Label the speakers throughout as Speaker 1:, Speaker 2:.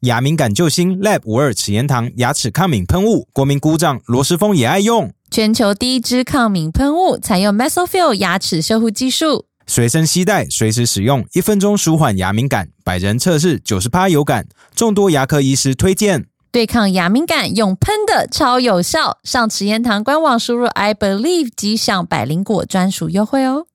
Speaker 1: 牙敏感救星 Lab 五二齿炎堂牙齿抗敏喷雾，国民姑丈罗时丰也爱用。
Speaker 2: 全球第一支抗敏喷雾，采用 Mesofil 牙齿修护技术。
Speaker 1: 随身携带，随时使用，一分钟舒缓牙敏感，百人测试九十趴有感，众多牙科医师推荐。
Speaker 2: 对抗牙敏感，用喷的超有效。上池言堂官网输入 I believe 即享百灵果专属优惠哦。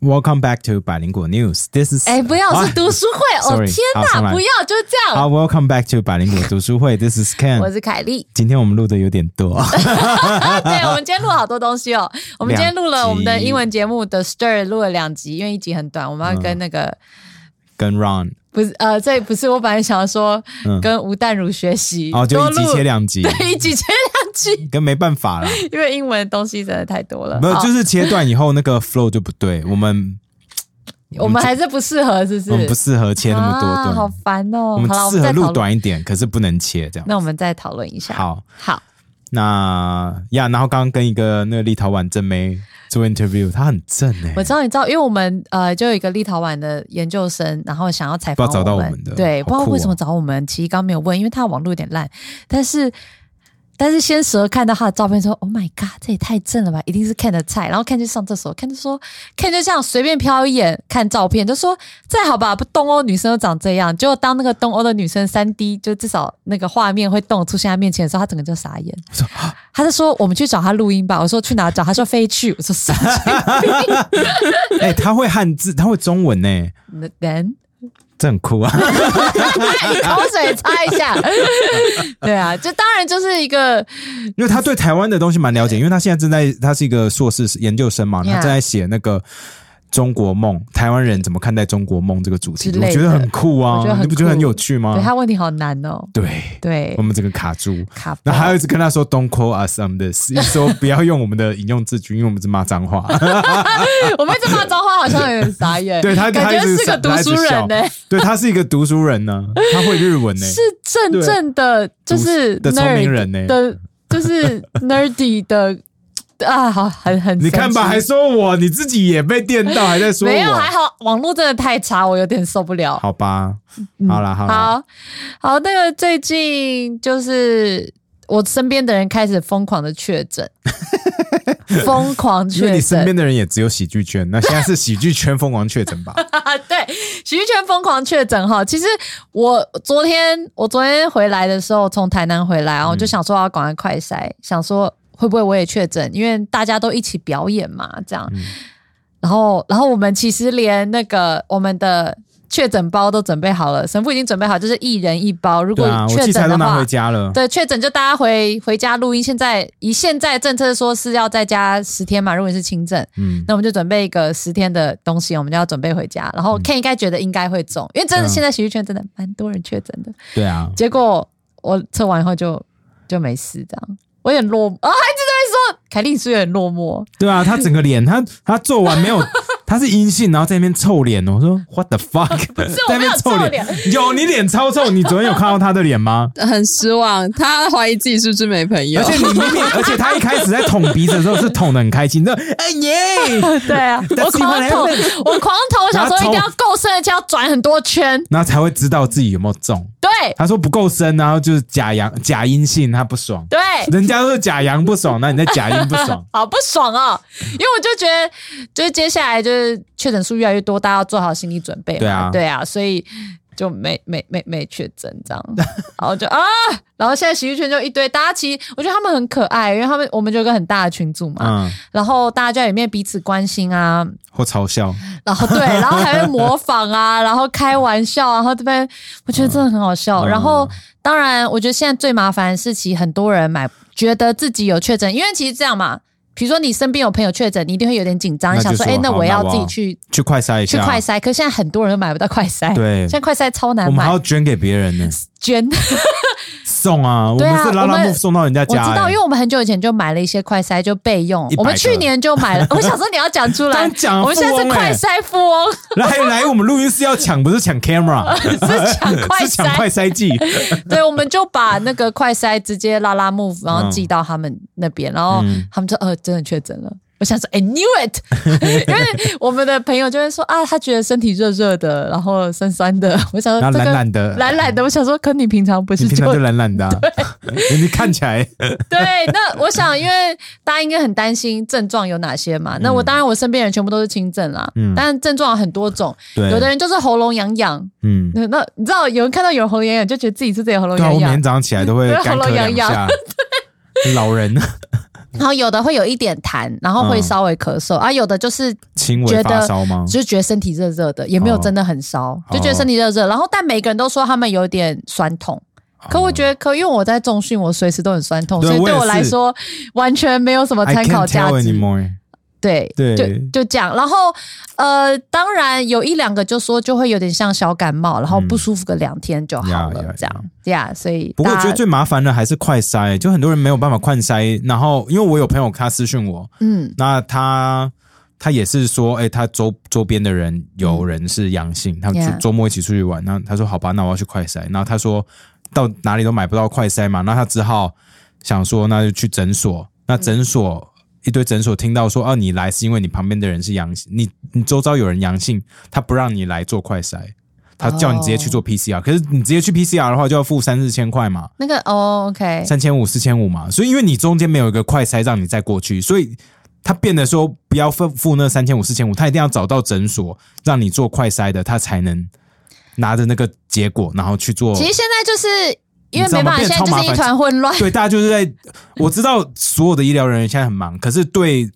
Speaker 1: Welcome back to 百灵果 News. This is
Speaker 2: 哎，不要是读书会、哦！
Speaker 1: Sorry，
Speaker 2: 天
Speaker 1: 好重
Speaker 2: 哪，
Speaker 1: 来
Speaker 2: 不要就这
Speaker 1: 好
Speaker 2: 样。
Speaker 1: ，Welcome back to 百灵果读书会。This is
Speaker 2: 我
Speaker 1: Ken。
Speaker 2: 是 凯莉，
Speaker 1: 今天我们录的有点 多，
Speaker 2: 对，我们今天录好多东西哦。我们今天录了我们的英文节目的 Stir 录了两集，因为一集很短，我们要跟那个、
Speaker 1: 嗯跟 Ron
Speaker 2: 不是呃，这不是我本来想要说
Speaker 1: 嗯
Speaker 2: 跟吴淡如学习，
Speaker 1: 哦，就
Speaker 2: 多
Speaker 1: 一集
Speaker 2: 录
Speaker 1: 切两集，
Speaker 2: 对一集切两集，
Speaker 1: 跟没办法 啦。
Speaker 2: 因为英文的东西真的太多了。哦
Speaker 1: 不
Speaker 2: 好
Speaker 1: 就是切断以后那个 flow 就不对，我们
Speaker 2: 我们还是不适合，是不是？
Speaker 1: 我们不适合切那么
Speaker 2: 啊
Speaker 1: 多
Speaker 2: 好
Speaker 1: 段，
Speaker 2: 烦哦。
Speaker 1: 我们
Speaker 2: 好了，我
Speaker 1: 适
Speaker 2: 们
Speaker 1: 合
Speaker 2: 再讨
Speaker 1: 录
Speaker 2: 论。
Speaker 1: 短一点，可是不能切这样。
Speaker 2: 那我们再讨论一下。，
Speaker 1: 好，
Speaker 2: 好，
Speaker 1: 那呀，然后刚刚跟一个那个立陶宛正妹做 interview，她很正哎、
Speaker 2: 我知道，你知道，因为我们呃，就有一个立陶宛的研究生，然后想要采访
Speaker 1: 不知道找到
Speaker 2: 我
Speaker 1: 我们的
Speaker 2: 对，
Speaker 1: 好
Speaker 2: 不知道
Speaker 1: 酷哦
Speaker 2: 为什么找我们，其实刚没有问，因为他网络有点烂，但是。但是先蛇看到他的照片说：“Oh my god，这也太正了吧，一定是 Ken 的菜。”然后 Ken 就上厕所，Ken 就说：“Ken 就这样随便瞟一眼看照片，就说再好吧，不东欧女生都长这样。”结果当那个东欧的女生三 D 就至少那个画面会动出现在面前的时候，他整个就傻眼。他就说：“我们去找他录音吧。”我说：“去哪找？”他说：“飞去。”我说：“傻
Speaker 1: 哎、她会汉字，她会中文哎、
Speaker 2: 人。”
Speaker 1: 这很 酷啊！
Speaker 2: 你口水擦 一下。对啊，这当然就是一个
Speaker 1: 因为她对台湾的东西蛮了解，因为她现在正在，她是一个硕士研究生嘛，她
Speaker 2: Yeah
Speaker 1: 正在写那个。中国梦，台湾人怎么看待中国梦这个主题？
Speaker 2: 之
Speaker 1: 我
Speaker 2: 类的
Speaker 1: 觉得很酷
Speaker 2: 我
Speaker 1: 啊
Speaker 2: 觉得，很
Speaker 1: 你不觉得很
Speaker 2: 酷
Speaker 1: 有趣吗
Speaker 2: 对？他问题好难哦。
Speaker 1: 对，
Speaker 2: 对
Speaker 1: 我，们整个卡住。
Speaker 2: 卡
Speaker 1: 然后还
Speaker 2: 包
Speaker 1: 有一直跟他说 “Don't call us on this”，一直说不要用我们的引用字句，因为我们是骂脏话。
Speaker 2: 我们一直骂脏话，好像有点傻 眼。
Speaker 1: 对他，
Speaker 2: 感
Speaker 1: 他一
Speaker 2: 觉
Speaker 1: 直
Speaker 2: 是个读
Speaker 1: 他一直
Speaker 2: 书人
Speaker 1: 笑
Speaker 2: 呢、
Speaker 1: 对他是一个读书人呢，他会日文呢。欸
Speaker 2: 是真正的就是
Speaker 1: 的聪明
Speaker 2: nerd
Speaker 1: 人呢
Speaker 2: 的，就是 nerdy 的啊，好，很很
Speaker 1: 你看吧，还
Speaker 2: 神奇
Speaker 1: 说我，你自己也被电到，还在说
Speaker 2: 没有还
Speaker 1: 我。
Speaker 2: 好，网络真的太差，我有点受不了。
Speaker 1: 好吧，好啦，好啦，
Speaker 2: 嗯好好，那个最近就是我身边的人开始疯狂的确 诊，疯狂
Speaker 1: 因为
Speaker 2: 确
Speaker 1: 你身
Speaker 2: 诊，
Speaker 1: 边的人也只有喜剧圈，那现在是喜剧圈疯狂确 诊吧？
Speaker 2: 对，徐玉泉疯狂确诊哈。其实我昨天我昨天回来的时候，从台南回来，然后我
Speaker 1: 嗯
Speaker 2: 就想说要赶快快筛，想说会不会我也确诊，因为大家都一起表演嘛，这样。
Speaker 1: 嗯
Speaker 2: 然后，然后我们其实连那个我们的。确诊包都准备好了，神父已经准备好，就是一人一包。如
Speaker 1: 对
Speaker 2: 果
Speaker 1: 啊，我
Speaker 2: 确
Speaker 1: 器材
Speaker 2: 诊
Speaker 1: 都
Speaker 2: 的
Speaker 1: 拿
Speaker 2: 话
Speaker 1: 回，家了。
Speaker 2: 对，确诊就大家回回家录音。现在以现在政策说是要在家十天嘛，如果你是轻症，
Speaker 1: 嗯，
Speaker 2: 那我们就准备一个十天的东西，我们就要准备回家。然后 Ken 应该觉得应该会中，因为真
Speaker 1: 对啊
Speaker 2: 的现在喜剧圈真的蛮多人确诊的。
Speaker 1: 对啊，
Speaker 2: 结果我测完以后就就没事，这样我有点落寞啊，还一直在说凯莉是不是有点落寞，
Speaker 1: 对啊，他整个脸，他他做完没有，他是阴性，然后在那边臭脸哦。我说 What the fuck？
Speaker 2: 是
Speaker 1: 在那
Speaker 2: 我没
Speaker 1: 边
Speaker 2: 有
Speaker 1: 臭
Speaker 2: 臭
Speaker 1: 脸，有你脸超臭，你昨天有看到他的脸吗？
Speaker 3: 很失望，他怀疑自己是不是没朋友
Speaker 1: 而。且你明 明，而且他一开始在捅鼻子的时候是捅的很开心，这哎 耶，
Speaker 2: 对啊，我
Speaker 1: That's
Speaker 2: 狂
Speaker 1: even
Speaker 2: 投
Speaker 1: happened.，
Speaker 2: 我狂投，我想说一定
Speaker 1: 然
Speaker 2: 要
Speaker 1: 后
Speaker 2: 够深，而且要转很多圈，
Speaker 1: 然后才会知道自己有没有中。
Speaker 2: 对
Speaker 1: 他说不够深，然后就是假阳假阴性，他不爽。
Speaker 2: 对。
Speaker 1: 人家都是假阳不爽，那你在假阴不
Speaker 2: 。
Speaker 1: 爽
Speaker 2: 好不爽哦，因为我就觉得，就是接下来就是确诊数越来越多，大家要做好心理准备嘛。
Speaker 1: 对啊
Speaker 2: 对啊，所以就没没没没确诊这样， 然后就啊，然后现在喜剧圈就一堆，大家其实我觉得他们很可爱，因为他们我们就有一个很大的群组嘛，
Speaker 1: 嗯，
Speaker 2: 然后大家就在里面彼此关心啊，
Speaker 1: 或嘲笑，
Speaker 2: 然 后对，然后还会模仿啊，然后开玩笑啊，然后这边我觉得真的很好笑。
Speaker 1: 嗯
Speaker 2: 然后当然，我觉得现在最麻烦的是，其实很多人买觉得自己有确诊，因为其实这样嘛，比如说你身边有朋友确诊，你一定会有点紧张，
Speaker 1: 那
Speaker 2: 你
Speaker 1: 就
Speaker 2: 想说，
Speaker 1: 说
Speaker 2: 哎，那
Speaker 1: 好
Speaker 2: 我
Speaker 1: 那
Speaker 2: 要
Speaker 1: 我
Speaker 2: 自己
Speaker 1: 要
Speaker 2: 去
Speaker 1: 去快筛一
Speaker 2: 去
Speaker 1: 下。
Speaker 2: 快筛。可是现在很多人都买不到快筛，
Speaker 1: 对
Speaker 2: 现在快筛超
Speaker 1: 我
Speaker 2: 难
Speaker 1: 们还
Speaker 2: 买
Speaker 1: 要，捐给别人 呢，
Speaker 2: 捐。
Speaker 1: 送啊！我
Speaker 2: 对啊
Speaker 1: 们是拉
Speaker 2: 我
Speaker 1: 拉
Speaker 2: 们
Speaker 1: 木送到人家
Speaker 2: 我
Speaker 1: 家
Speaker 2: 知
Speaker 1: 欸，
Speaker 2: 道，因为我们很久以前就买了一些快筛就备用
Speaker 1: 100，
Speaker 2: 我们
Speaker 1: 个
Speaker 2: 去年就买了。我想说你要讲出
Speaker 1: 当
Speaker 2: 来
Speaker 1: 然，讲啊
Speaker 2: 我们现在
Speaker 1: 富
Speaker 2: 是
Speaker 1: 翁
Speaker 2: 快
Speaker 1: 欸
Speaker 2: 筛富翁，
Speaker 1: 然后还有来我们录音室要抢，不是抢 camera，
Speaker 2: 是抢 快
Speaker 1: 是抢
Speaker 2: 筛
Speaker 1: 快。筛 剂。
Speaker 2: 对，我们就把那
Speaker 1: 嗯
Speaker 2: 个快筛直接拉拉 move，然后寄到他们那边，然后他们说呃，真的确诊了，我想说，I knew it，因为我们的朋友就会说啊，他觉得身体热热的，然后酸酸的。我想说
Speaker 1: 然
Speaker 2: 这
Speaker 1: 后
Speaker 2: 个
Speaker 1: 懒懒的，
Speaker 2: 懒懒的，我想说，可你平 常不
Speaker 1: 你
Speaker 2: 是
Speaker 1: 平
Speaker 2: 就
Speaker 1: 常就懒懒的、啊， 你看起来
Speaker 2: 对？那我想，因为大家应该很担心症状有哪些嘛。那我当然，我身边人全部都是轻症啦，
Speaker 1: 嗯
Speaker 2: 当然症状有很多种，
Speaker 1: 对，
Speaker 2: 有的人就是喉咙痒痒，
Speaker 1: 嗯，
Speaker 2: 那那你知道有人看到有人喉咙痒痒，就觉得自己是不是也喉咙
Speaker 1: 对啊，
Speaker 2: 痒
Speaker 1: 我每
Speaker 2: 痒
Speaker 1: 天，早上起来都 会干咳两下，老人
Speaker 2: 然后有的会有一点痰，然后会
Speaker 1: 嗯
Speaker 2: 稍微咳嗽，啊，有的就是
Speaker 1: 轻微发烧吗？
Speaker 2: 就觉得身体热热的，也没有
Speaker 1: 哦
Speaker 2: 真的很烧，就觉得身体热热。然后但每个人都说他们有点酸痛，可我觉得可，因为我在重训，我随时都很酸痛，
Speaker 1: 哦对
Speaker 2: 所以
Speaker 1: 我
Speaker 2: 对
Speaker 1: 也
Speaker 2: 我来
Speaker 1: 是
Speaker 2: 说完全没有什么
Speaker 1: I
Speaker 2: 参
Speaker 1: can't
Speaker 2: 考
Speaker 1: tell
Speaker 2: 价值。
Speaker 1: anymore。
Speaker 2: 对
Speaker 1: 对
Speaker 2: 就就这样。然后呃，当然有一两个就说就会有点像小感冒，然后不舒服个两天就好了
Speaker 1: 呀呀，
Speaker 2: 这样呀。所以
Speaker 1: 嗯不过我
Speaker 2: 大
Speaker 1: 觉
Speaker 2: 家
Speaker 1: 得最麻烦的还是快筛，就很多人没有办法快筛。然后因为我有朋友他私讯我，
Speaker 2: 嗯
Speaker 1: 那他他也是说，哎、他周周边的人有人是阳性，他们周
Speaker 2: Yeah
Speaker 1: 周末一起出去玩，那他说好吧，那我要去快筛。然后他说到哪里都买不到快筛嘛，那他只好想说那就去诊所。那诊所、一堆诊所听到说，哦、你来是因为你旁边的人是阳性，你你周遭有人阳性，他不让你来做快筛。他叫你直接去
Speaker 2: 哦
Speaker 1: 做 PCR，、可是你直接去 PCR 的话，就要付三四千块嘛。
Speaker 2: 那个哦，OK，
Speaker 1: 三千五、四千五嘛，所以因为你中间没有一个快筛让你再过去，所以他变得说不要付付那三千五、四千五，他一定要找到诊所让你做快筛的，他才能拿着那个结果，然后去做。
Speaker 2: 其实现在就是因为
Speaker 1: 你知道
Speaker 2: 没
Speaker 1: 吗
Speaker 2: 办法，现
Speaker 1: 变得超
Speaker 2: 在就
Speaker 1: 麻
Speaker 2: 是一
Speaker 1: 烦
Speaker 2: 团混乱。
Speaker 1: 对，大家就是在我知道所有的医疗人员现在很忙，可是对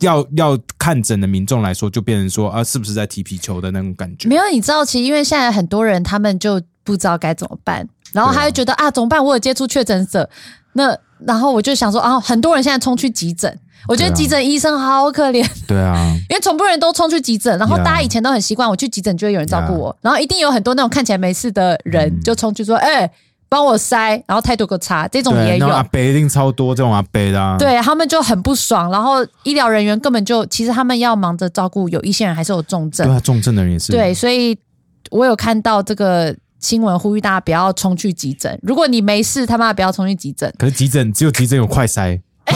Speaker 1: 要要看诊的民众来说，就变成说啊，是不是在踢皮球的那种感觉
Speaker 2: 没？有，你知道，其实因为现在很多人他们就不知道该怎么办，然后他就觉得啊怎么办？我有接触确诊者，那然后我就想说啊，很多人现在冲去急诊，我觉得
Speaker 1: 对啊
Speaker 2: 急诊医生好可怜，
Speaker 1: 对啊，
Speaker 2: 因为全部人都冲去急诊，然后
Speaker 1: Yeah
Speaker 2: 大家以前都很习惯，我去急诊就会有人照顾我然后一定有很多那种看起来没事的人
Speaker 1: 嗯
Speaker 2: 就冲去说，哎、帮我筛，然后态度够差，这种
Speaker 1: 对，啊
Speaker 2: 也
Speaker 1: 那
Speaker 2: 有
Speaker 1: 种。阿北一定超多这种阿北的、啊，，
Speaker 2: 对他们就很不爽，然后医疗人员根本就其实他们要忙着照顾，有一些人还是有重症
Speaker 1: 对，啊，重症的人也是，，
Speaker 2: 对，所以我有看到这个新闻，呼吁大家不要冲去急诊。如果你没事，他妈不要冲去急诊
Speaker 1: 可是急诊只有急诊有快筛，
Speaker 2: 哎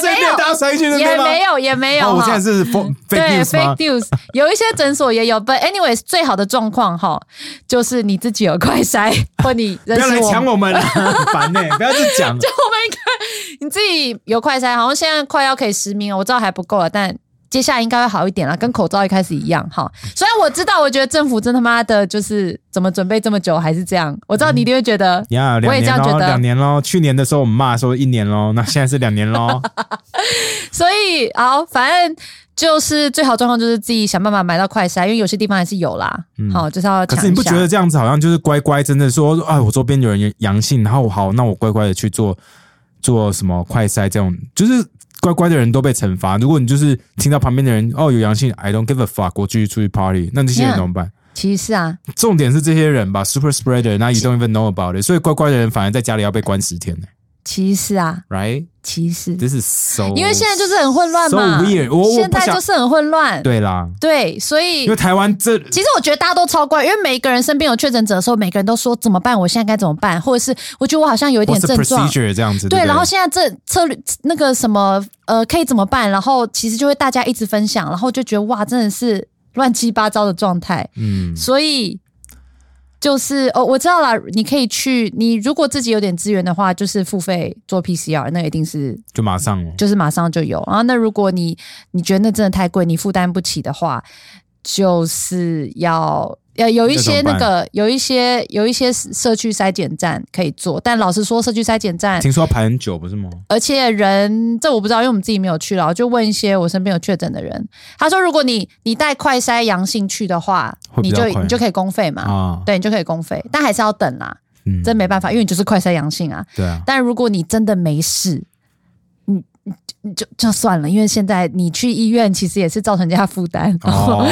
Speaker 1: 所以
Speaker 2: 没
Speaker 1: 变大家塞去那
Speaker 2: 有，
Speaker 1: 边
Speaker 2: 也
Speaker 1: 吗？
Speaker 2: 没有，也没
Speaker 1: 哦，
Speaker 2: 有
Speaker 1: 我现
Speaker 2: 哈。
Speaker 1: 在是 fo-
Speaker 2: 对
Speaker 1: fake news 吗
Speaker 2: fake？news，有一些诊所也有，but anyways，最好的状况哈，就是你自己有快筛，或你
Speaker 1: 不
Speaker 2: 认
Speaker 1: 要
Speaker 2: 识
Speaker 1: 来
Speaker 2: 我
Speaker 1: 抢
Speaker 2: 们。
Speaker 1: 我们，很 烦呢、不要去 讲。
Speaker 2: 我们应该你自己有快筛，好像现在快要可以实名了，我知道还不够了，但接下来应该会好一点了，跟口罩一开始一样哈。虽然我知道，我觉得政府真他妈的就是怎么准备这么久还是这样，我知道你一定会觉得。
Speaker 1: 嗯呀，
Speaker 2: 我
Speaker 1: 两
Speaker 2: 也
Speaker 1: 年
Speaker 2: 这样
Speaker 1: 咯，
Speaker 2: 觉得
Speaker 1: 两年咯。去年的时候我们骂说一年咯，那现在是两年 咯。
Speaker 2: 所以好，反正就是最好状况就是自己想办法买到快筛，因为有些地方还是有啦。好，就是要
Speaker 1: 嗯可
Speaker 2: 抢
Speaker 1: 是你不觉得这样子好像就是乖乖真的说，哎，我周边有人阳性，然后好，那我乖乖的去做做什么快筛这种，就是乖乖的人都被惩罚。如果你就是听到旁边的人哦有阳性，I don't give a fuck，我继续出去 party，那这些人
Speaker 2: Yeah
Speaker 1: 怎么办？
Speaker 2: 其实是啊，
Speaker 1: 重点是这些人吧，super spreader，那 you don't even know about it，所以乖乖的人反而在家里要被关十天呢、
Speaker 2: 其实是啊，
Speaker 1: right？
Speaker 2: 其实，
Speaker 1: This is so，
Speaker 2: 因为现在就是很混乱
Speaker 1: so
Speaker 2: 嘛
Speaker 1: weird，我我
Speaker 2: 现
Speaker 1: 不
Speaker 2: 在
Speaker 1: 想
Speaker 2: 就是很混乱。
Speaker 1: 对啦，
Speaker 2: 对，所以
Speaker 1: 因为台湾这
Speaker 2: 其实我觉得大家都超怪，因为每一个人身边有确诊者的时候，每个人都说怎么办？我现在该怎么办？或者是我觉得我好像有一
Speaker 1: 或
Speaker 2: 点
Speaker 1: 是
Speaker 2: 症状，
Speaker 1: procedure 这样子，对
Speaker 2: 对，
Speaker 1: 不对，
Speaker 2: 然后现在这策略那个什么呃，可以怎么办？然后其实就会大家一直分享，然后就觉得哇，真的是乱七八糟的状态。
Speaker 1: 嗯，
Speaker 2: 所以就是哦，我知道啦，你可以去，你如果自己有点资源的话，就是付费做 PCR，那一定是
Speaker 1: 就马上哦，
Speaker 2: 就是马上就有。然啊后那如果你你觉得那真的太贵，你负担不起的话，就是要。要有一些那
Speaker 1: 那怎么
Speaker 2: 个，有一些有一些社区筛检站可以做，但老实说，社区筛检站
Speaker 1: 听说要排很久不是吗？
Speaker 2: 而且人这我不知道，因为我们自己没有去了，我就问一些我身边有确诊的人，他说如果你你带快筛阳性去的话，
Speaker 1: 会
Speaker 2: 你
Speaker 1: 比较
Speaker 2: 就
Speaker 1: 快
Speaker 2: 你就可以公费嘛，
Speaker 1: 啊，
Speaker 2: 对你就可以公费，但还是要等啦，
Speaker 1: 嗯，
Speaker 2: 真没办法，因为你就是快筛阳性啊。
Speaker 1: 对 啊，
Speaker 2: 但如果你真的没事，你你你就就算了，因为现在你去医院其实也是造成人家负担，然后、
Speaker 1: 哦，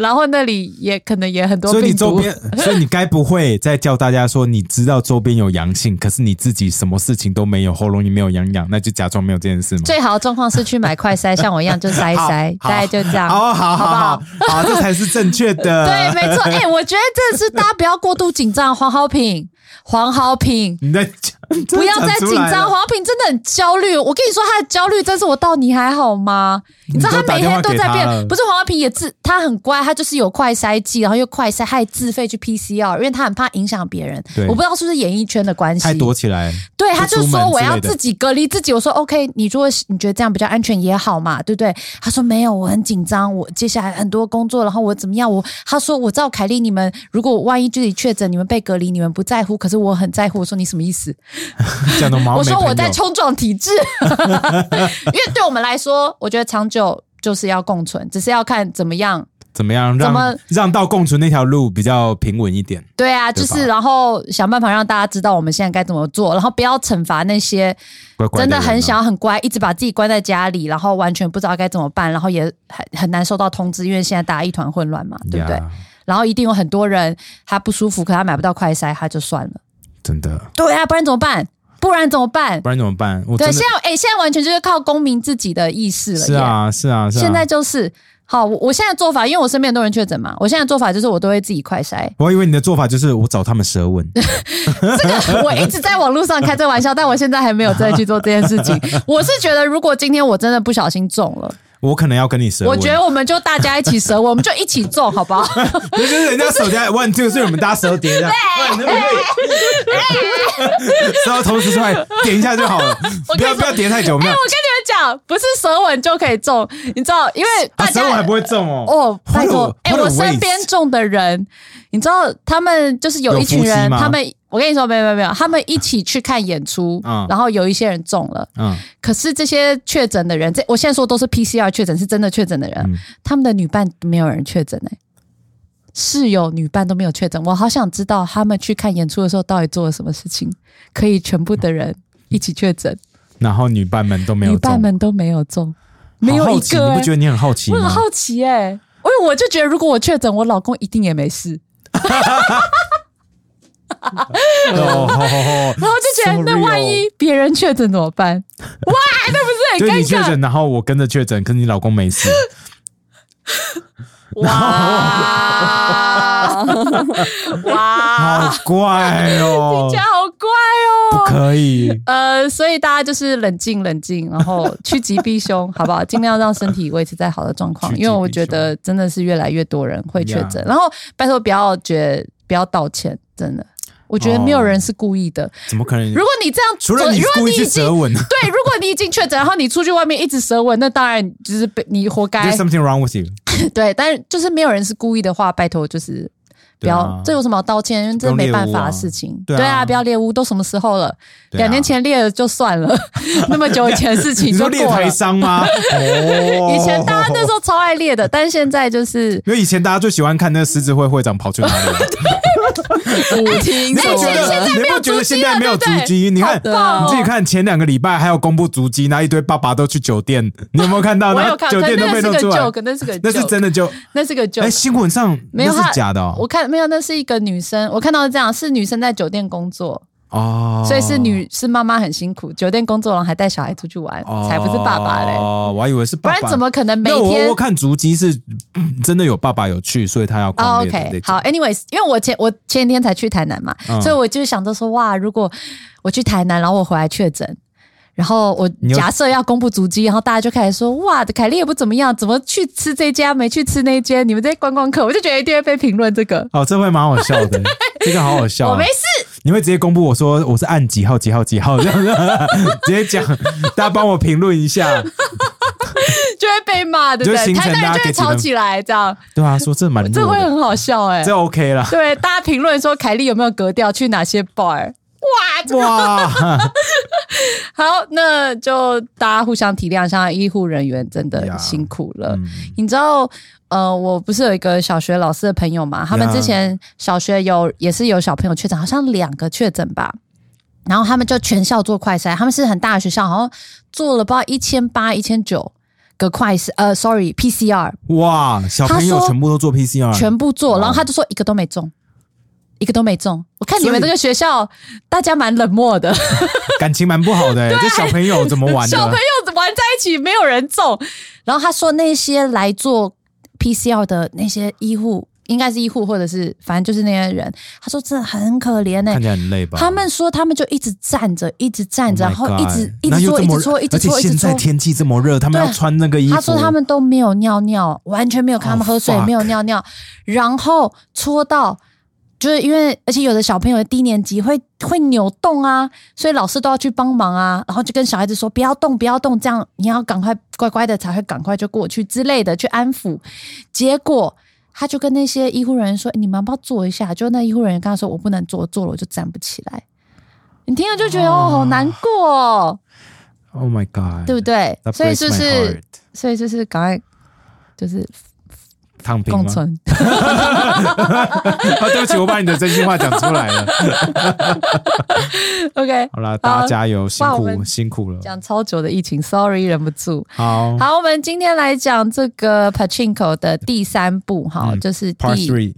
Speaker 2: 然后那里也可能也很多
Speaker 1: 所以你
Speaker 2: 病
Speaker 1: 周
Speaker 2: 毒。
Speaker 1: 边，所以你该不会再叫大家说你知道周边有阳性，可是你自己什么事情都没有，喉咙也没有痒痒，那就假装没有这件事吗？
Speaker 2: 最好的状况是去买快筛，像我一样就筛一筛，
Speaker 1: 好
Speaker 2: 大概就这样。
Speaker 1: 哦，好
Speaker 2: 好不
Speaker 1: 好
Speaker 2: 好
Speaker 1: 好，好这才是正确的。
Speaker 2: 对，没错。哎、我觉得这是大家不要过度紧张，黄好品。黄好品。
Speaker 1: 你在讲
Speaker 2: 不要再
Speaker 1: 真的讲
Speaker 2: 紧，
Speaker 1: 出来
Speaker 2: 张，
Speaker 1: 了
Speaker 2: 黄好品真的很焦虑。我跟你说，他的焦虑真是我到你还好吗？你知道
Speaker 1: 你
Speaker 2: 他
Speaker 1: 都打
Speaker 2: 每
Speaker 1: 电话
Speaker 2: 天都
Speaker 1: 给
Speaker 2: 在
Speaker 1: 他了
Speaker 2: 变，不是黄好平也自他很乖，他就是有快筛剂，然后又快筛，他还自费去 PCR，因为他很怕影响别人
Speaker 1: 对。
Speaker 2: 我不知道是不是演艺圈的关系，
Speaker 1: 太躲起来，
Speaker 2: 对，
Speaker 1: 不
Speaker 2: 他就
Speaker 1: 出门
Speaker 2: 说我
Speaker 1: 之
Speaker 2: 要
Speaker 1: 类的
Speaker 2: 自己隔离自己。我说 OK，你如果你觉得这样比较安全也好嘛，对不对？他说没有，我很紧张，我接下来很多工作，然后我怎么样？我他说我知道凯莉，你们如果万一自己确诊，你们被隔离，你们不在乎，可是我很在乎。我说你什么意思？
Speaker 1: 讲的毛
Speaker 2: 我
Speaker 1: 没
Speaker 2: 说
Speaker 1: 朋
Speaker 2: 我在
Speaker 1: 友
Speaker 2: 冲撞体制， 因为对我们来说，我觉得长久就是要共存，只是要看怎么样
Speaker 1: 怎么样
Speaker 2: 怎
Speaker 1: 让
Speaker 2: 么
Speaker 1: 让到共存那条路比较平稳一点？
Speaker 2: 对啊，就
Speaker 1: 对吧
Speaker 2: 是然后想办法让大家知道我们现在该怎么做，然后不要惩罚那些
Speaker 1: 乖乖
Speaker 2: 真
Speaker 1: 的
Speaker 2: 的
Speaker 1: 人
Speaker 2: 很
Speaker 1: 啊
Speaker 2: 想要很乖，一直把自己关在家里，然后完全不知道该怎么办，然后也很很难收到通知，因为现在大家一团混乱嘛，对不对
Speaker 1: 呀
Speaker 2: 然后一定有很多人他不舒服，可他买不到快筛，他就算了。
Speaker 1: 真的，
Speaker 2: 对啊，不然怎么办？不然怎么办？
Speaker 1: 不然怎么办？我
Speaker 2: 对，
Speaker 1: 真
Speaker 2: 现
Speaker 1: 的
Speaker 2: 在哎、现在完全就是靠公民自己的意识了耶。
Speaker 1: 是啊是啊是啊，
Speaker 2: 现在就是好，我我现在做法，因为我身边很多人确诊嘛，我现在做法就是我都会自己快 筛，
Speaker 1: 我以为你的做法就是我找他们舌 吻，
Speaker 2: 我一直在网络上开这玩笑，但我现在还没有再去做这件事 情。我是觉得，如果今天我真的不小心中了，
Speaker 1: 我可能要跟你舌吻。
Speaker 2: 我觉得我们就大家一起折，我们就一起 中，好不哎好？
Speaker 1: 就是人家手 在 one two，所以我们大家手叠一下， 然后同时出来点一下就好了，
Speaker 2: 我
Speaker 1: 不
Speaker 2: 跟
Speaker 1: 要
Speaker 2: 你说
Speaker 1: 不要叠太久，没
Speaker 2: 哎、
Speaker 1: 有
Speaker 2: 我跟你们讲，不是舌吻就可以中，你知道，因为
Speaker 1: 啊
Speaker 2: 大
Speaker 1: 舌
Speaker 2: 家、
Speaker 1: 吻还不会中哦。
Speaker 2: 哦，拜托
Speaker 1: What，a-
Speaker 2: 哎、
Speaker 1: what a
Speaker 2: 我身边
Speaker 1: waste
Speaker 2: 中的人，你知道他们就是有一群
Speaker 1: 有夫妻
Speaker 2: 人，
Speaker 1: 吗
Speaker 2: 他们我跟你说，没有没有没有，他们一起去看演出，
Speaker 1: 嗯
Speaker 2: 然后有一些人中了，
Speaker 1: 嗯，
Speaker 2: 可是这些确诊的人，这我现在说都是 PCR 确诊，是真的确诊的人，
Speaker 1: 嗯
Speaker 2: 他们的女伴没有人确诊哎、室友、女伴都没有确诊，我好想知道他们去看演出的时候到底做了什么事情，可以全部的人一起确诊，
Speaker 1: 然后女伴们都没有
Speaker 2: 女
Speaker 1: 中，
Speaker 2: 伴们都没有中，没
Speaker 1: 好
Speaker 2: 有
Speaker 1: 好
Speaker 2: 一
Speaker 1: 奇
Speaker 2: 个、
Speaker 1: 你
Speaker 2: 哎
Speaker 1: 不觉得你很好奇
Speaker 2: 我很
Speaker 1: 吗？
Speaker 2: 好奇哎、因为我就觉得如果我确诊，我老公一定也 没事，
Speaker 1: 哦，好好好，
Speaker 2: 然后就觉
Speaker 1: So
Speaker 2: 得
Speaker 1: real
Speaker 2: 那万一别人确诊怎么办？ 哇，那不
Speaker 1: 就是是
Speaker 2: 很
Speaker 1: 你
Speaker 2: 尴
Speaker 1: 确
Speaker 2: 尬？
Speaker 1: 诊，然后我跟着确诊，可是你老公没 事，
Speaker 2: 哇哇！
Speaker 1: 好怪哦
Speaker 2: 听起，来好怪
Speaker 1: 不
Speaker 2: 哦。
Speaker 1: 可以。
Speaker 2: 呃，所以大家就是冷静冷静，然后趋吉避凶，好 不好？尽量让身体维持在好的状况
Speaker 1: 趋，吉
Speaker 2: 因为我觉得真的是越来越多人会确诊。
Speaker 1: Yeah
Speaker 2: 然后拜托不要觉不要道歉，真的，我觉得没有人是故意的。
Speaker 1: 怎么可能？
Speaker 2: 如果你这样
Speaker 1: 哦除
Speaker 2: 做，
Speaker 1: 了你
Speaker 2: 如果
Speaker 1: 故
Speaker 2: 你
Speaker 1: 意
Speaker 2: 已
Speaker 1: 去
Speaker 2: 经
Speaker 1: 舌吻
Speaker 2: 对，如果你已经确诊，然后你出去外面一直舌吻，那当然就是被你哎活 该
Speaker 1: ，there's。something wrong with you。
Speaker 2: 对，但是就是没有人是故意的话，拜托就是不
Speaker 1: 对
Speaker 2: 要，
Speaker 1: 啊
Speaker 2: 这有什么好道歉？因为
Speaker 1: 不
Speaker 2: 这
Speaker 1: 用
Speaker 2: 没
Speaker 1: 猎
Speaker 2: 办
Speaker 1: 物
Speaker 2: 法
Speaker 1: 啊
Speaker 2: 的事情。
Speaker 1: 对啊
Speaker 2: 不要猎物，都什么时候了？
Speaker 1: 对啊
Speaker 2: 两年前猎了就算 了，那么久以前的事
Speaker 1: 你
Speaker 2: 情就
Speaker 1: 说猎
Speaker 2: 过了
Speaker 1: 台。商 吗？哦，
Speaker 2: 以前大家那时候超爱猎的，但现在就是
Speaker 1: 因为以前大家最喜欢看那个狮子会会长跑去哪里，
Speaker 3: 舞
Speaker 1: 你
Speaker 3: 厅什
Speaker 1: 不
Speaker 3: 么
Speaker 1: 觉
Speaker 3: 的，
Speaker 1: 得你不觉得现在没有足迹？你看
Speaker 2: 好棒
Speaker 1: 你
Speaker 2: 哦
Speaker 1: 自己看前两个礼拜还有公布足迹，那一堆爸爸都去酒店，你有没有看到？
Speaker 2: 我
Speaker 1: 然后
Speaker 2: 有看，
Speaker 1: 酒
Speaker 2: 可
Speaker 1: 店都
Speaker 2: 那
Speaker 1: 被
Speaker 2: 个
Speaker 1: 弄
Speaker 2: 是个
Speaker 1: 出来
Speaker 2: joke，，那是个 joke，
Speaker 1: 那是真的就
Speaker 2: 那是个
Speaker 1: 哎
Speaker 2: joke。
Speaker 1: 新闻上
Speaker 2: 没有
Speaker 1: 那
Speaker 2: 他
Speaker 1: 是假的哦
Speaker 2: 我看没有，那是一个女生，我看到是这样，是女生在酒店工作，
Speaker 1: 哦，
Speaker 2: 所以是女是妈妈很辛苦，酒店工作然后还带小孩出去玩，
Speaker 1: 哦
Speaker 2: 才不是爸爸嘞，
Speaker 1: 哦，我还以为是
Speaker 2: 不
Speaker 1: 爸爸，
Speaker 2: 然怎么可能每
Speaker 1: 那
Speaker 2: 天
Speaker 1: 我我看足迹是嗯真的有爸爸有去，所以他要
Speaker 2: 哦
Speaker 1: 狂烈的那
Speaker 2: ，OK，
Speaker 1: 种
Speaker 2: 好，anyways，因为我前我前天才去台南嘛，
Speaker 1: 嗯
Speaker 2: 所以我就想着说，哇，如果我去台南，然后我回来确诊，然后我
Speaker 1: 你又
Speaker 2: 假设要公布足迹，然后大家就开始说，哇，凯莉也不怎么样，怎么去吃这家没去吃那间，你们这些观光客，我就觉得一定会被评论这个。
Speaker 1: 哦，这会蛮好笑 的，这个好好笑啊。
Speaker 2: 我没事，
Speaker 1: 你会直接公布我说我是按几号几号几号这样子，直接讲，大家帮我评论一下，
Speaker 2: 就会被骂，对不
Speaker 1: 就
Speaker 2: 对？
Speaker 1: 行程
Speaker 2: 台
Speaker 1: 大
Speaker 2: 南
Speaker 1: 家
Speaker 2: 人就
Speaker 1: 给
Speaker 2: 会
Speaker 1: 几分
Speaker 2: 吵起来，这样
Speaker 1: 对啊，说这蛮
Speaker 2: 这
Speaker 1: 弱
Speaker 2: 会
Speaker 1: 的，
Speaker 2: 很好笑哎、
Speaker 1: 这 OK 啦，
Speaker 2: 对，大家评论说凯莉有没有格调，去哪些 bar？哇，这
Speaker 1: 哇，
Speaker 2: 好，那就大家互相体谅一下，医护人员真的
Speaker 1: 呀
Speaker 2: 辛苦了。
Speaker 1: 嗯
Speaker 2: 你知道，呃，我不是有一个小学老师的朋友嘛？他们
Speaker 1: 呀
Speaker 2: 之前小学有也是有小朋友确诊，好像两个确诊吧。然后他们就全校做快筛，他们是很大的学校，好像做了不知道一千八、一千九个快筛，呃，sorry，PCR
Speaker 1: 哇，小朋友
Speaker 2: 他说
Speaker 1: 全部都做 PCR，
Speaker 2: 全部做，
Speaker 1: 啊哇
Speaker 2: 然后他就说一个都没中，一个都没中。我看你们
Speaker 1: 所以
Speaker 2: 这个学校大家蛮冷漠的。
Speaker 1: 感情蛮不好 的、欸，这小朋友怎么玩
Speaker 2: 小朋
Speaker 1: 的？啊
Speaker 2: 友玩在一起，没有人中。然后他说那些来做 PCR 的那些医护应该是医护或者是反正就是那些人，他说真的很可怜呢、
Speaker 1: 看起来很累吧？
Speaker 2: 他们说他们就一直站着，一直站着
Speaker 1: Oh my
Speaker 2: 然后一直
Speaker 1: God
Speaker 2: 一
Speaker 1: 那
Speaker 2: 直
Speaker 1: 又
Speaker 2: 搓，
Speaker 1: 这
Speaker 2: 一
Speaker 1: 么
Speaker 2: 直搓，一直
Speaker 1: 而且
Speaker 2: 搓，一直
Speaker 1: 现在
Speaker 2: 搓。
Speaker 1: 天气这么热，他们
Speaker 2: 对啊
Speaker 1: 要穿那个衣服。
Speaker 2: 他说他们都没有尿尿，完全没有看他们
Speaker 1: Oh,
Speaker 2: 喝水
Speaker 1: fuck
Speaker 2: 没有尿尿，然后搓到就是因为，而且有的小朋友低年级会会扭动啊，所以老师都要去帮忙啊，然后就跟小孩子说不要动，不要动，这样你要赶快乖乖的才会赶快就过去之类的去安抚。结果他就跟那些医护人员说：“你们要不要坐一下？”就那医护人员跟他说：“我不能坐，坐了我就站不起来。”你听了就觉得哦，好难过、哦，
Speaker 1: ，Oh my God，
Speaker 2: 对不对
Speaker 1: That？
Speaker 2: 所以
Speaker 1: breaks
Speaker 2: 是不
Speaker 1: my
Speaker 2: 是
Speaker 1: heart？
Speaker 2: 所以就是赶快就是
Speaker 1: 躺平
Speaker 2: 共
Speaker 1: 吗？
Speaker 2: 存。
Speaker 1: 啊，对不起，我把你的真心话讲出来 了。
Speaker 2: OK，
Speaker 1: 好啦，大家加油，辛
Speaker 2: 哇我
Speaker 1: 苦
Speaker 2: 们
Speaker 1: 辛苦了。
Speaker 2: 讲超久的疫情，Sorry，忍不住。
Speaker 1: 好
Speaker 2: 好，我们今天来讲这个 Pachinko 的第三部，哈、
Speaker 1: 嗯
Speaker 2: 就是第
Speaker 1: ，Part Three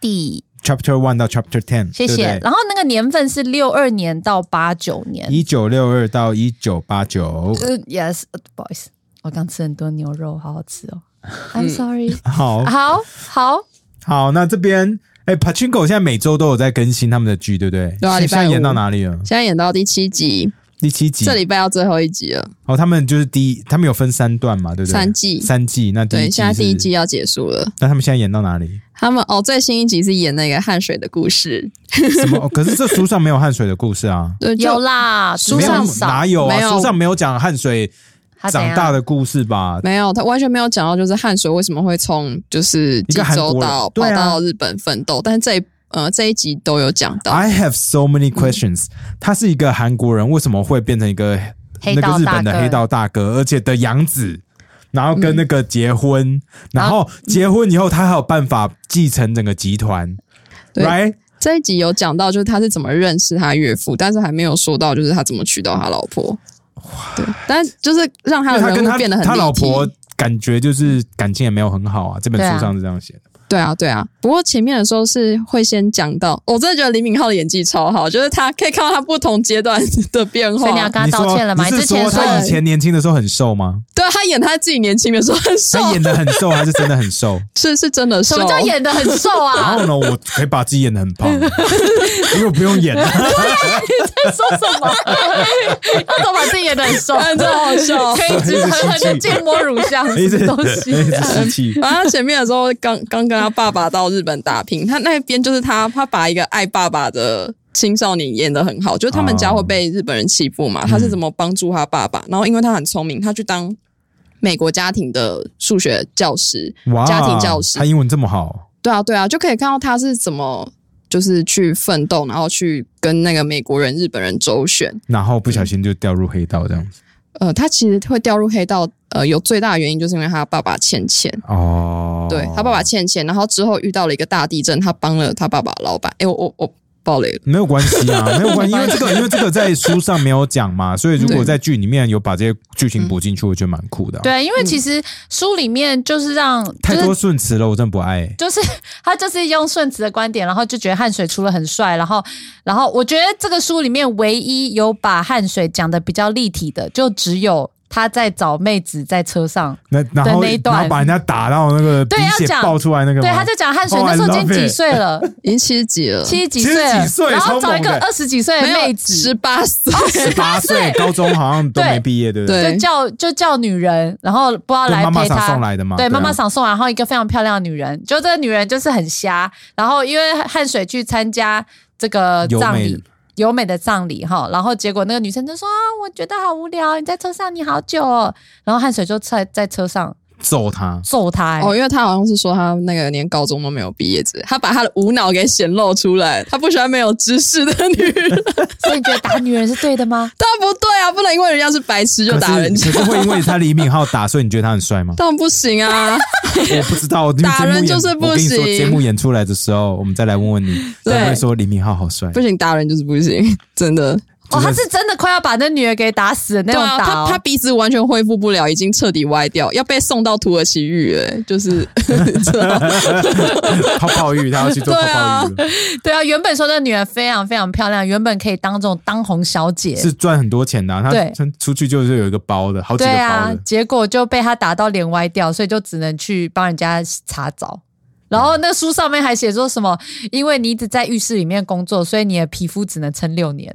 Speaker 2: 第，
Speaker 1: Chapter One 到 Chapter Ten，
Speaker 2: 谢谢。然后那个年份是六二年到八九年。
Speaker 1: 一九六二到一九八九，
Speaker 2: 呃，Yes，呃不好意思，我刚吃很多牛肉，好好吃哦。I'm sorry，、
Speaker 1: 好
Speaker 2: 好好，
Speaker 1: 好，那这边哎，Pachinko 现在每周都有在更新他们的剧，对不对？
Speaker 3: 对啊
Speaker 1: 现
Speaker 3: 礼拜
Speaker 1: 在
Speaker 3: 五
Speaker 1: 演到哪里了？
Speaker 3: 现在演到第七集，
Speaker 1: 第七集
Speaker 3: 这礼拜要最后一集了，
Speaker 1: 哦，他们就是第一，他们有分三段嘛，对不对？
Speaker 3: 三季
Speaker 1: 三季。那第一
Speaker 3: 对，
Speaker 1: 季
Speaker 3: 现在第一
Speaker 1: 是
Speaker 3: 季要结束了。
Speaker 1: 那他们现在演到哪 里？
Speaker 3: 他们哦，最新一集是演那个汗水的故事，
Speaker 1: 什么？哦可是这书上没有汗水的故事啊，
Speaker 3: 对，就
Speaker 2: 有啦，书
Speaker 3: 没有
Speaker 2: 上
Speaker 1: 哪
Speaker 2: 少，
Speaker 1: 有啊？
Speaker 3: 没有
Speaker 1: 书上没有讲汗水
Speaker 2: 他怎
Speaker 1: 长
Speaker 2: 样
Speaker 1: 大的故事吧？
Speaker 3: 没有，他完全没有讲到，就是汗水为什么会从就是
Speaker 1: 一
Speaker 3: 济
Speaker 1: 个韩国
Speaker 3: 州
Speaker 1: 人
Speaker 3: 到
Speaker 1: 对
Speaker 3: 跑
Speaker 1: 啊
Speaker 3: 到日本奋斗，但是这一呃这一集都有讲到，
Speaker 1: I have so many questions、他是一个韩国人，为什么会变成一个
Speaker 2: 黑
Speaker 1: 那
Speaker 2: 道
Speaker 1: 个日本
Speaker 2: 大
Speaker 1: 的
Speaker 2: 哥
Speaker 1: 黑道大哥，而且的养子，然后跟那个结婚，
Speaker 3: 嗯
Speaker 1: 然后结婚以后他还有办法继承整个集团
Speaker 3: 对
Speaker 1: ，right？
Speaker 3: 这一集有讲到就是他是怎么认识他岳父，但是还没有说到就是他怎么娶到他老婆。对，但就是让
Speaker 1: 因
Speaker 3: 他
Speaker 1: 为他
Speaker 3: 的
Speaker 1: 跟
Speaker 3: 人
Speaker 1: 他
Speaker 3: 物变得很
Speaker 1: 他
Speaker 3: 立
Speaker 1: 老
Speaker 3: 体
Speaker 1: 婆感觉就是感情也没有很好啊，这本
Speaker 2: 对啊
Speaker 1: 书上是这样写的。
Speaker 3: 对啊，对啊。不过前面的时候是会先讲到，我真的觉得李敏镐的演技超好，就是他可以看到他不同阶段的变
Speaker 2: 所以你
Speaker 3: 化
Speaker 2: 要。跟他
Speaker 1: 你说
Speaker 2: 道歉了吗？
Speaker 1: 你
Speaker 2: 之
Speaker 1: 是
Speaker 2: 前
Speaker 1: 说
Speaker 2: 说
Speaker 1: 他以前年轻的时候很瘦吗？
Speaker 3: 对啊他演他自己年轻的时候很瘦，
Speaker 1: 他演的很瘦还是真的很瘦？
Speaker 3: 是是真的瘦。
Speaker 2: 什么叫演的很瘦
Speaker 1: 然
Speaker 2: 啊？
Speaker 1: 后呢，我可以把自己演的很胖，因为我不用演。啊
Speaker 2: 说什么？ 他都把自己演的很瘦，
Speaker 3: 哎真的好 笑
Speaker 2: 可以直狠狠的芥末乳像
Speaker 1: 一直
Speaker 2: 什么东西啊
Speaker 1: 一直 吸气。
Speaker 3: 反正他前面的时候刚刚跟他爸爸到日本打拼，他那边就是他他把一个爱爸爸的青少年演得很好，就是他们家会被日本人欺负
Speaker 2: 哦
Speaker 3: 嘛，他是怎么帮助他爸爸？然后因为他很聪明，他去当美国家庭的数学教师，
Speaker 1: 哇，
Speaker 3: 家庭教师
Speaker 1: 他英文这么好，
Speaker 3: 对啊，对啊，就可以看到他是怎么就是去奋斗，然后去跟那个美国人、日本人周旋。
Speaker 1: 然后不小心就掉入黑道这样子。
Speaker 3: 呃，他其实会掉入黑道，呃，有最大的原因就是因为他爸爸欠钱，
Speaker 1: 哦，
Speaker 3: 对他爸爸欠钱，然后之后遇到了一个大地震，他帮了他爸爸老板。哎，我我我爆雷了，
Speaker 1: 没有关系啊，没有关系，因为这个因为这个在书上没有讲嘛，所以如果
Speaker 3: 对
Speaker 1: 在剧里面有把这些剧情补进去，我觉得蛮酷的啊。
Speaker 2: 对，因为其实书里面就是让就
Speaker 1: 太
Speaker 2: 是
Speaker 1: 多顺词了，我真的不爱。
Speaker 2: 就是他就是用顺子的观点，然后就觉得汗水除了很帅，然后然后我觉得这个书里面唯一有把汗水讲的比较立体的，就只有他在找妹子在车上，
Speaker 1: 那然后
Speaker 2: 那一段
Speaker 1: 然后把人家打到那个鼻
Speaker 2: 对要
Speaker 1: 血
Speaker 2: 讲
Speaker 1: 爆出来那个吗，
Speaker 2: 对，他在讲汗水、
Speaker 1: Oh, I
Speaker 2: 那时候已
Speaker 1: love
Speaker 2: 经几
Speaker 1: it
Speaker 2: 岁了，
Speaker 3: 已经七十几了，
Speaker 2: 七十几岁了，
Speaker 1: 70几岁
Speaker 2: 然后
Speaker 1: 超
Speaker 2: 找一
Speaker 1: 猛
Speaker 2: 个
Speaker 1: 的
Speaker 2: 二十几岁的
Speaker 3: 没
Speaker 2: 妹
Speaker 3: 有
Speaker 2: 子，哦
Speaker 3: 十八岁，
Speaker 1: 八岁，高中好像都没毕业，对不对？
Speaker 3: 对
Speaker 2: 就叫就叫女人，然后不知道来
Speaker 1: 就妈妈
Speaker 2: 陪
Speaker 1: 桑
Speaker 2: 她
Speaker 1: 送来的嘛
Speaker 2: 对，
Speaker 1: 对啊
Speaker 2: 妈妈桑送来，然后一个非常漂亮的女人，就这个女人就是很瞎，然后因为汗水去参加这个
Speaker 1: 优美
Speaker 2: 葬礼。优美的葬礼哈，然后结果那个女生就说：“啊，我觉得好无聊，你在车上你好久、哦。”然后汗水就在在车上
Speaker 1: 揍他，
Speaker 2: 揍她、欸
Speaker 3: 哦，因为他好像是说他那个连高中都没有毕业之类，他把他的无脑给显露出来，他不喜欢没有知识的女人，？
Speaker 2: 所以你觉得打女人是对的吗
Speaker 3: 当然不对啊，不能因为人家是白痴就
Speaker 1: 可是
Speaker 3: 打人家？
Speaker 1: 可，是会因为他李敏镐打，所以你觉得他很帅吗
Speaker 3: 当然不行啊。
Speaker 1: 我不知道，因为
Speaker 3: 打人
Speaker 1: 节目演
Speaker 3: 就是不
Speaker 1: 我跟你说，
Speaker 3: 行
Speaker 1: 节目演出来的时候，我们再来问问你，
Speaker 3: 对
Speaker 1: 会不会说李敏镐好帅？
Speaker 3: 不行，打人就是不行，真的。
Speaker 2: 哦，
Speaker 1: 就是
Speaker 2: 她是真的快要把那女人给打死的那
Speaker 3: 对
Speaker 2: 种
Speaker 3: 啊，
Speaker 2: 打、
Speaker 3: 他
Speaker 2: 哦
Speaker 3: 他鼻子完全恢复不了，已经彻底歪掉，要被送到土耳其浴了、就是知道
Speaker 1: 泡泡浴，他要 去做泡
Speaker 3: 对啊
Speaker 1: 泡浴了，
Speaker 2: 对啊，原本说那女人非常非常漂亮，原本可以当这种当红小姐，
Speaker 1: 是赚很多钱的啊。
Speaker 2: 对
Speaker 1: 他出去就是有一个包的，好几个
Speaker 2: 对
Speaker 1: 包
Speaker 2: 啊
Speaker 1: 的，。
Speaker 2: 结果就被他打到脸歪掉，所以就只能去帮人家查找。然后那书上面还写说什么，因为你一直在浴室里面工作，所以你的皮肤只能撑六年，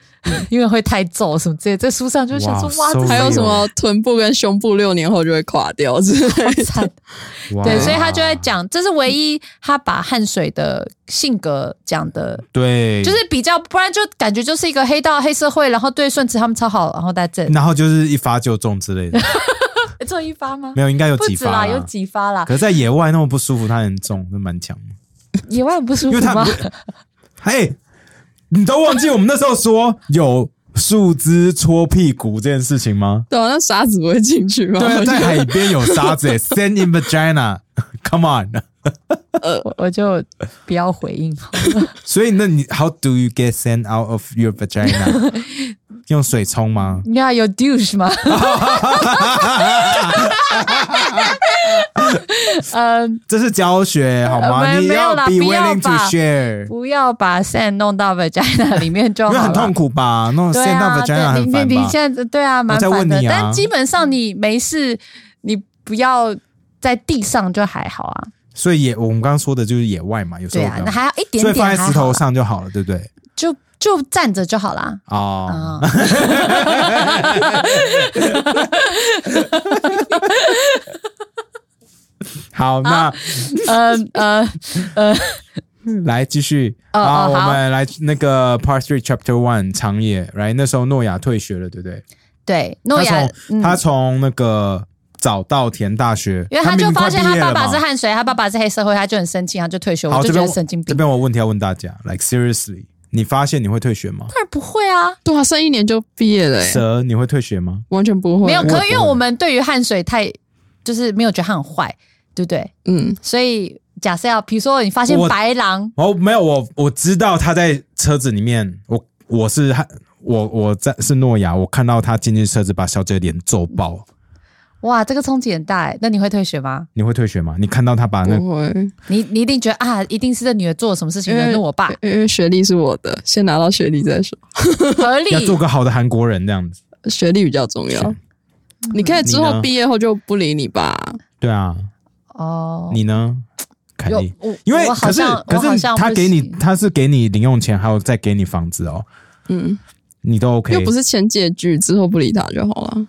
Speaker 2: 因为会太皱什么之类的。这书上就想说，
Speaker 1: 嗯哇
Speaker 2: 哇，这
Speaker 3: 还有什
Speaker 1: 没
Speaker 3: 么臀部跟胸部六年后就会垮掉之类 的。
Speaker 2: 惨。
Speaker 1: 哇
Speaker 2: 对，所以他就在讲，这是唯一他把汗水的性格讲的，
Speaker 1: 嗯对，
Speaker 2: 就是比较，不然就感觉就是一个黑道黑社会，然后对顺子他们超好，然后在这
Speaker 1: 然后就是一发就中之 类的，
Speaker 2: 诶只有一发吗
Speaker 1: 没？有应该有
Speaker 2: 不
Speaker 1: 几
Speaker 2: 止
Speaker 1: 发
Speaker 2: 啦，
Speaker 1: 啦
Speaker 2: 有几发啦
Speaker 1: 可，是在野外那么不舒服，他很重，那蛮强的。
Speaker 2: 野外很不舒
Speaker 1: 因
Speaker 2: 服
Speaker 1: 为他
Speaker 2: 吗？
Speaker 1: 嘿，你都忘记我们那时候说有树枝戳屁股这件事情 吗？
Speaker 3: 对啊，那沙子不会进去吗？
Speaker 2: 哦
Speaker 1: 对啊，在海边有沙 子、欸、，sand in vagina，come on。
Speaker 2: 我我就不要回应好了。
Speaker 1: 所以那你 how do you get sand out of your vagina？用水冲吗？
Speaker 2: 你看有 douche 吗？ 嗯，
Speaker 1: 这是教学好吗？
Speaker 2: 呃没
Speaker 1: 你
Speaker 2: 没有啦
Speaker 1: be
Speaker 2: 不要
Speaker 1: willing to
Speaker 2: 吧
Speaker 1: share，
Speaker 2: 不要把 sand 弄到 vagina 里面就
Speaker 1: 因为
Speaker 2: 好了。
Speaker 1: 很痛苦吧？弄
Speaker 2: 对
Speaker 1: sand 到
Speaker 2: 啊，
Speaker 1: vagina
Speaker 2: 对，
Speaker 1: 很
Speaker 2: 你你
Speaker 1: 烦吧
Speaker 2: 你？现在对啊，蛮
Speaker 1: 在
Speaker 2: 烦
Speaker 1: 问
Speaker 2: 的。
Speaker 1: 你啊
Speaker 2: 但基本上你没事，你不要在地上就还好啊。
Speaker 1: 所以野我们刚刚说的就是野外嘛，有时候
Speaker 2: 对啊，
Speaker 1: 不要
Speaker 2: 那还要一点
Speaker 1: 所以
Speaker 2: 点
Speaker 1: 放
Speaker 2: 还
Speaker 1: 在
Speaker 2: 好啦，
Speaker 1: 石头上就好了，对不对？
Speaker 2: 就就站着就好啦。
Speaker 1: 哦，
Speaker 2: 啊、
Speaker 1: 好，
Speaker 2: 啊
Speaker 1: 那
Speaker 2: 嗯呃
Speaker 1: 来继续
Speaker 2: 哦
Speaker 1: 好，
Speaker 2: 哦
Speaker 1: 我
Speaker 2: 好
Speaker 1: 们来那个 Part Three Chapter One 长野，来那时候诺亚退学了，对不对？
Speaker 2: 对，诺
Speaker 1: 他
Speaker 2: 亚，嗯
Speaker 1: 从他从那个早稻田大学，
Speaker 2: 因为他就
Speaker 1: 明明快
Speaker 2: 发现
Speaker 1: 毕
Speaker 2: 他
Speaker 1: 业
Speaker 2: 爸
Speaker 1: 了
Speaker 2: 爸
Speaker 1: 嘛
Speaker 2: 是汗水，他爸爸是黑社会，他就很生气，他就退学，
Speaker 1: 好，
Speaker 2: 我
Speaker 1: 这
Speaker 2: 就觉
Speaker 1: 边
Speaker 2: 得
Speaker 1: 我
Speaker 2: 神经
Speaker 1: 这
Speaker 2: 病。
Speaker 1: 边我有问题要问大家，like seriously，你发现你会退学吗？
Speaker 2: 当然不会啊，
Speaker 3: 对啊，剩一年就毕业了、欸，
Speaker 1: 蛇，你会退学吗？
Speaker 3: 完全不会。
Speaker 2: 没有，
Speaker 1: 不
Speaker 2: 可
Speaker 1: 会
Speaker 2: 因为我们对于汗水太就是没有觉得他很坏，对不对？
Speaker 3: 嗯，
Speaker 2: 所以假设要，比如说你发现
Speaker 1: 我
Speaker 2: 白狼，
Speaker 1: 哦，没有，我我知道他在车子里面，我我是汉我我在是诺亚，我看到他进去车子把小姐脸揍爆，
Speaker 2: 哇，这个冲击很大哎、那你会退学吗？
Speaker 1: 你会退学吗？你看到他把那
Speaker 3: 不会，
Speaker 2: 你你一定觉得啊，一定是这女的做了什么事情惹怒我 爸，
Speaker 3: 因为学历是我的，先拿到学历再说，
Speaker 2: 合理
Speaker 1: 要做个好的韩国人这样子，
Speaker 3: 学历比较重要
Speaker 1: 是。
Speaker 3: 你可以之
Speaker 1: 你呢
Speaker 3: 后毕业后就不理你吧，
Speaker 1: 对啊，
Speaker 2: 哦。
Speaker 1: 你呢，凯
Speaker 2: 有
Speaker 1: 莉？
Speaker 2: 我，
Speaker 1: 因为
Speaker 2: 我好
Speaker 1: 可是
Speaker 2: 像我
Speaker 1: 可
Speaker 2: 好
Speaker 1: 是
Speaker 2: 像
Speaker 1: 他
Speaker 2: 不
Speaker 1: 给你
Speaker 2: 行
Speaker 1: 他是给你零用钱，还有再给你房子哦，
Speaker 3: 嗯，
Speaker 1: 你都 OK，
Speaker 3: 又不是前解句，之后不理他就好了。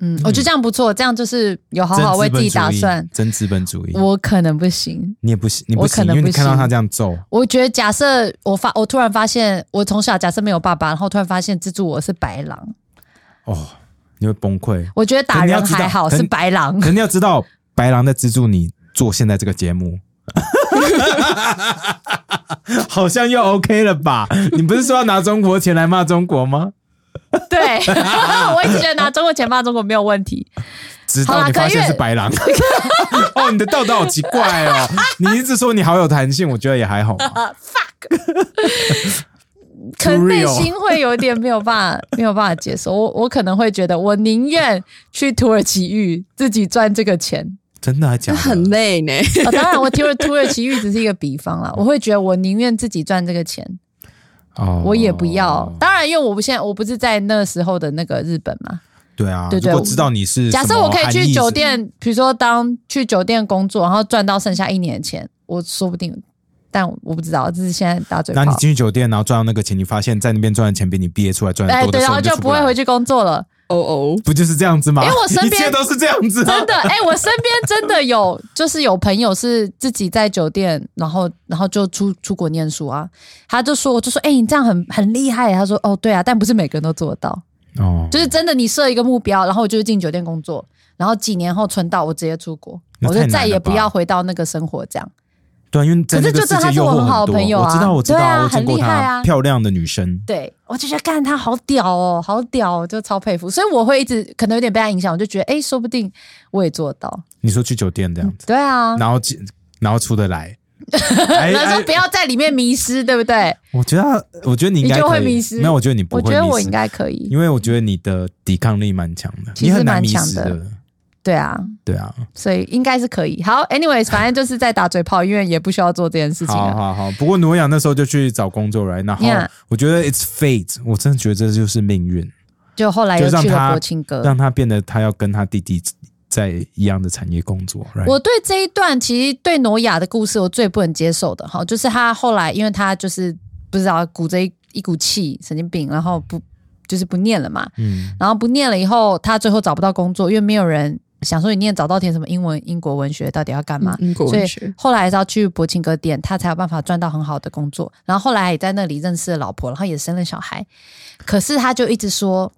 Speaker 2: 嗯，我觉得这样不错，这样就是有好
Speaker 1: 真
Speaker 2: 好为
Speaker 1: 资本
Speaker 2: 自己
Speaker 1: 主
Speaker 2: 打
Speaker 1: 义
Speaker 2: 算。
Speaker 1: 真资本主义，
Speaker 2: 我可能不行，
Speaker 1: 你也不行，你
Speaker 2: 我
Speaker 1: 不行，
Speaker 2: 可能
Speaker 1: 因为你
Speaker 2: 不
Speaker 1: 看到
Speaker 2: 行
Speaker 1: 他这样揍，
Speaker 2: 我觉得假设我发，我突然发现我从小假设没有爸爸，然后突然发现资助我是白狼，
Speaker 1: 哦，你会崩溃。
Speaker 2: 我觉得打人还好
Speaker 1: 可能你
Speaker 2: 是
Speaker 1: 要知道
Speaker 2: 白 狼
Speaker 1: 可，是你要知道，白狼在资助你做现在这个节 目。好像又 OK 了吧？你不是说要拿中国钱来骂中国吗？
Speaker 2: 对我一直觉得拿中国钱骂中国没有问题。
Speaker 1: 直
Speaker 2: 好
Speaker 1: 到
Speaker 2: 啦
Speaker 1: 你
Speaker 2: 可
Speaker 1: 发现
Speaker 2: 因为
Speaker 1: 是白 狼，哦，你的道道好奇怪哦。你一直说你好有弹性，我觉得也还好嘛。
Speaker 2: 可能
Speaker 1: Too
Speaker 2: 内
Speaker 1: real
Speaker 2: 心会有点没有办法，没有办法接受。我我可能会觉得，我宁愿去土耳其浴自己赚这个钱。
Speaker 1: 真的还假的？
Speaker 3: 很累呢，
Speaker 2: 啊、当然，我听了土耳其浴只是一个比方啦，我会觉得我宁愿自己赚这个钱，
Speaker 1: 哦
Speaker 2: 我也不要。当然，因为我不现在我不是在那时候的那个日本嘛。
Speaker 1: 对啊，
Speaker 2: 对对
Speaker 1: 如果知道你是
Speaker 2: 假
Speaker 1: 什
Speaker 2: 设
Speaker 1: 么
Speaker 2: 我可以
Speaker 1: 含义
Speaker 2: 去
Speaker 1: 是
Speaker 2: 酒，店，比如说当去酒店工作，然后赚到剩下一年的钱，我说不定，但我不知道，这是现在打嘴
Speaker 1: 那
Speaker 2: 炮
Speaker 1: 你。进去酒店，然后赚到那个钱，你发现在那边赚的钱比你毕业出来赚的
Speaker 2: 哎，
Speaker 1: 多的时
Speaker 2: 对，然
Speaker 1: 候，
Speaker 2: 后
Speaker 1: 你
Speaker 2: 就
Speaker 1: 出
Speaker 2: 不会
Speaker 1: 来
Speaker 2: 回去工作 了。
Speaker 3: 哦哦，
Speaker 1: 不就是这样子吗？
Speaker 2: 因为我身边
Speaker 1: 一切都是这样子、啊
Speaker 2: 真，的，哎、我身边真的有，就是有朋友是自己在酒店，然后然后就出出国念书啊。他就说，我就说，哎、你这样很很厉害。他说，哦，对啊，但不是每个人都做得到，
Speaker 1: 哦，
Speaker 2: 就是真的，你设一个目标，然后我就进酒店工作，然后几年后存到，我直接出国，
Speaker 1: 那
Speaker 2: 我
Speaker 1: 太
Speaker 2: 就
Speaker 1: 难
Speaker 2: 再也
Speaker 1: 了吧
Speaker 2: 不要回到那个生活这样。
Speaker 1: 对啊，因为在
Speaker 2: 可是
Speaker 1: 那个
Speaker 2: 就
Speaker 1: 世
Speaker 2: 真的
Speaker 1: 界
Speaker 2: 她是
Speaker 1: 诱
Speaker 2: 我
Speaker 1: 惑
Speaker 2: 很好的
Speaker 1: 多，
Speaker 2: 朋友
Speaker 1: 我知
Speaker 2: 啊
Speaker 1: 道，我知道，
Speaker 2: 对啊
Speaker 1: 我见
Speaker 2: 很
Speaker 1: 过
Speaker 2: 厉
Speaker 1: 她
Speaker 2: 害啊
Speaker 1: 漂亮的女生，
Speaker 2: 对，我就觉得干他好屌哦，好屌、哦，就超佩服。所以我会一直可能有点被他影响，我就觉得，哎、说不定我也做得到。
Speaker 1: 你说去酒店这样子，
Speaker 2: 对啊，
Speaker 1: 然后进然后出得 来，哎
Speaker 2: 那时候
Speaker 1: 哎
Speaker 2: 不要在里面迷失，对不对？
Speaker 1: 我觉得她，我觉得你应该
Speaker 2: 你就会
Speaker 1: 可以
Speaker 2: 迷失
Speaker 1: 没有，我觉得你不
Speaker 2: 我
Speaker 1: 会
Speaker 2: 觉得
Speaker 1: 迷
Speaker 2: 我
Speaker 1: 失
Speaker 2: 应该可以。
Speaker 1: 因为我觉得你的抵抗力蛮强的，
Speaker 2: 其实
Speaker 1: 你很难
Speaker 2: 蛮
Speaker 1: 迷
Speaker 2: 强
Speaker 1: 失
Speaker 2: 的，对啊，
Speaker 1: 对啊，
Speaker 2: 所以应该是可以。好，anyways，反正就是在打嘴炮，因为也不需要做这件事情
Speaker 1: 好
Speaker 2: 了。
Speaker 1: 好好，不过挪亚那时候就去找工作来，然后
Speaker 2: 啊 Yeah
Speaker 1: 我觉得 it's fate，我真的觉得这就是命运，
Speaker 2: 就后来又
Speaker 1: 就让
Speaker 2: 去了
Speaker 1: 他
Speaker 2: 国庆哥，
Speaker 1: 让他变得他要跟他弟弟在一样的产业工作，right？
Speaker 2: 我对这一段其实对挪亚的故事，我最不能接受的哈，就是他后来因为他就是不知道鼓着一一股气，神经病，然后不就是不念了嘛，
Speaker 1: 嗯，
Speaker 2: 然后不念了以后，他最后找不到工作，因为没有人想说你念早稻田什么英文、英国文学到底要干嘛，
Speaker 3: 英国
Speaker 2: 所以
Speaker 3: 嗯文学，
Speaker 2: 后来是要去博清哥店，他才有办法赚到很好的工作。然后后来也在那里认识了老婆，然后也生了小孩。可是他就一直说，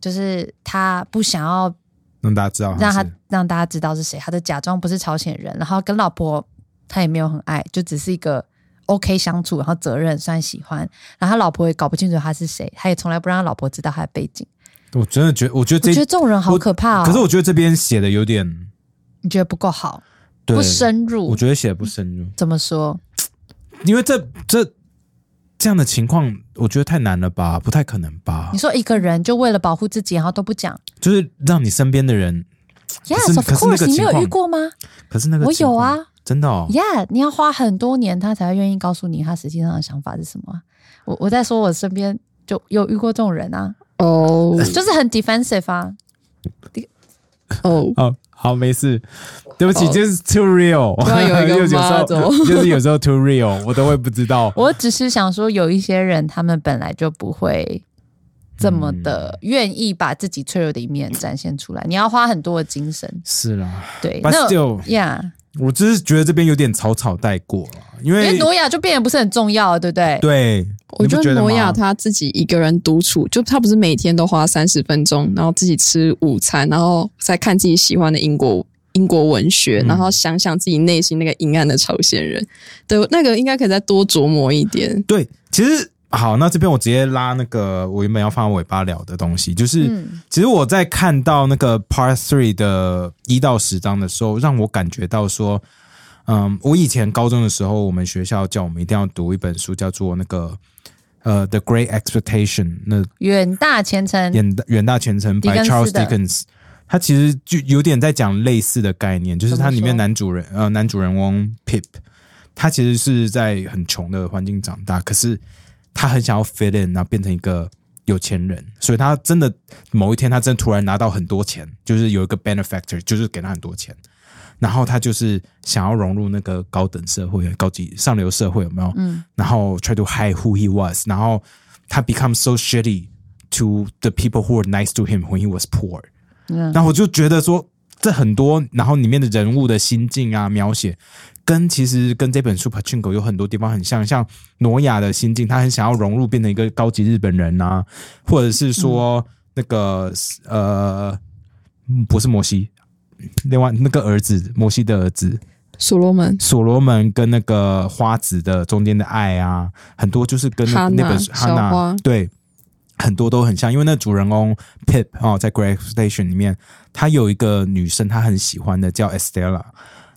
Speaker 2: 就是他不想要
Speaker 1: 让大家知道
Speaker 2: 让
Speaker 3: 哦
Speaker 1: 他
Speaker 2: 他
Speaker 1: 是
Speaker 2: 让大家知道是谁，他就假装不是朝鲜人，然后跟老婆他也没有很爱，就只是一个 OK 相处，然后责任算喜欢，然后他老婆也搞不清楚他是谁，他也从来不让老婆知道他的背景。
Speaker 1: 我真的觉得，我觉得这
Speaker 2: 我觉得这种人好可怕哦。
Speaker 1: 可是我觉得这边写的有点
Speaker 2: 你觉得不够好，
Speaker 1: 对
Speaker 2: 不深入，
Speaker 1: 我觉得写的不深入，
Speaker 2: 怎么说？
Speaker 1: 因为这这这样的情况，我觉得太难了吧，不太可能吧
Speaker 2: 你？说一个人就为了保护自己，然后都不讲。
Speaker 1: 就是让你身边的人，
Speaker 2: Yes, of
Speaker 1: 可是那个
Speaker 2: course，你没
Speaker 1: 情
Speaker 2: 有
Speaker 1: 况
Speaker 2: 遇过吗
Speaker 1: 可是那个
Speaker 2: 我
Speaker 1: 情
Speaker 2: 有
Speaker 1: 况
Speaker 2: 啊，
Speaker 1: 真的哦，
Speaker 2: ？Yeah，你要花很多年，他才会愿意告诉你他实际上的想法是什么啊。我我在说我身边就有遇过这种人啊，
Speaker 3: 哦
Speaker 2: 就是很 defensive 啊。
Speaker 3: 哦，
Speaker 1: 哦，好，没事，对不起，
Speaker 3: 哦
Speaker 1: 就是 too real，
Speaker 3: 突 然有一个
Speaker 1: 就是有时
Speaker 3: 妈
Speaker 1: 候
Speaker 3: 怎么
Speaker 1: 就是有时候 too real，我都会不知道。
Speaker 2: 我只是想说，有一些人他们本来就不会这么的
Speaker 1: 嗯
Speaker 2: 愿意把自己脆弱的一面展现出来，你要花很多的精神。
Speaker 1: 是啦，
Speaker 2: 对，
Speaker 1: But
Speaker 2: 那
Speaker 1: still-
Speaker 2: Yeah，
Speaker 1: 我只是觉得这边有点草草带过了，因
Speaker 2: 因
Speaker 1: 为
Speaker 2: 为哎挪亚就变得不是很重要，啊对不对？
Speaker 1: 对，你
Speaker 3: 我
Speaker 1: 不
Speaker 3: 觉
Speaker 1: 觉
Speaker 3: 得
Speaker 1: 得
Speaker 3: 挪亚
Speaker 1: 吗
Speaker 3: 他自己一个人独处，就他不是每天都花三十分钟，然后自己吃午餐，然后再看自己喜欢的英国英国文学，
Speaker 1: 嗯
Speaker 3: 然后想想自己内心那个阴暗的朝鲜人。对，那个应该可以再多琢磨一点。
Speaker 1: 对，其实好，那这边我直接拉那个我原本要放在尾巴聊的东西，就是、
Speaker 2: 嗯
Speaker 1: 其实我在看到那个 Part Three 的一到十章的时候，让我感觉到说，嗯，我以前高中的时候，我们学校叫我们一定要读一本书，叫做那个呃《The Great Expectation》，那
Speaker 2: 远大前程。
Speaker 1: 远大远大前程 by
Speaker 2: 嗯狄更
Speaker 1: Charles
Speaker 2: 斯的
Speaker 1: Dickens。他其实就有点在讲类似的概念，就是它里
Speaker 2: 怎么说
Speaker 1: 面男主人呃男主人翁 Pip，他其实是在很穷的环境长大，可是他很想要 fit in，然后变成一个有钱人，所以他真的某一天他真的突然拿到很多钱，就是有一个 benefactor，就是给他很多钱，然后他就是想要融入那个高等社会、高级上流社会，有没有？
Speaker 2: 嗯，
Speaker 1: 然后 try to hide who he was，然后他 become so shitty to the people who were nice to him when he was poor。
Speaker 2: 嗯
Speaker 1: 然后我就觉得说，这很多，然后里面的人物的心境啊描写，跟其实跟这本书《Pachinko》有很多地方很像，像挪亚的心境，他很想要融入变成一个高级日本人啊，或者是说那个、呃，不是摩西。另外，那个儿子摩西的儿子，
Speaker 3: 所罗门，
Speaker 1: 所罗门跟那个花子的中间的爱啊，很多就是跟那
Speaker 3: 哈娜
Speaker 1: 那本书
Speaker 3: 小
Speaker 1: 哈娜
Speaker 3: 花
Speaker 1: 对，很多都很像。因为那主人公 Pip 哦，在 Great Station 里面，他有一个女生，他很喜欢的叫 Estella。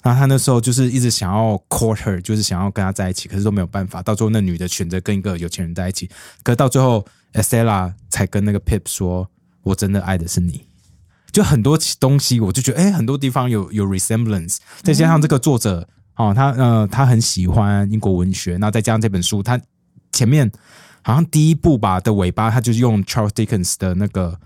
Speaker 1: 然后他那时候就是一直想要 court her，就是想要跟她在一起，可是都没有办法。到最后，那女的选择跟一个有钱人在一起，可是到最后，Estella 才跟那个 Pip 说：“我真的爱的是你。”就很多东西，我就觉得，哎、很多地方有有 resemblance，再加上这个作者哦，他呃，他很喜欢英国文学，那再加上这本书，他前面好像第一部吧的尾巴，他就是用 Charles Dickens 的那个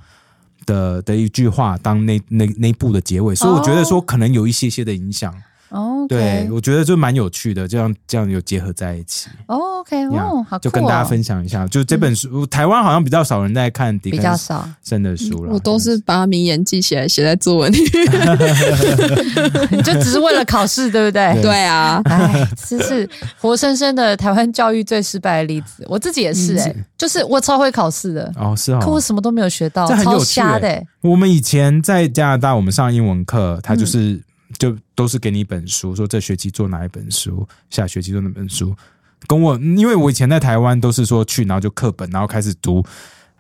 Speaker 1: 的的一句话当那那那部的结尾，所以我觉得说可能有一些些的影响，
Speaker 2: 哦，
Speaker 1: 对我觉得就蛮有趣的，这样这样有结合在一起，
Speaker 2: 哦，OK，
Speaker 1: 这样
Speaker 2: 哦，好酷哦，嗯
Speaker 1: 就跟大家分享一下，就这本书，台湾好像比较少人在看狄
Speaker 2: 比较嗯
Speaker 1: 更斯
Speaker 2: 少。
Speaker 1: 森的书了，
Speaker 3: 我都是把名言记起来，写在作文里。
Speaker 2: 你就只是为了考试，对不对？
Speaker 3: 对啊，
Speaker 2: 哎，这是活生生的台湾教育最失败的例子。我自己也是、哎、就是我超会考试的，
Speaker 1: 嗯哦，是哦，
Speaker 2: 可我什么都没有学到，
Speaker 1: 这很
Speaker 2: 超
Speaker 1: 有趣
Speaker 2: 瞎的、
Speaker 1: 欸
Speaker 2: 哎
Speaker 1: 我们以前在加拿大，我们上英文课，
Speaker 2: 嗯
Speaker 1: 他就是、就都是给你一本书，说这学期做哪一本书，下学期做哪本书。跟我，因为我以前在台湾都是说去，然后就课本，然后开始读。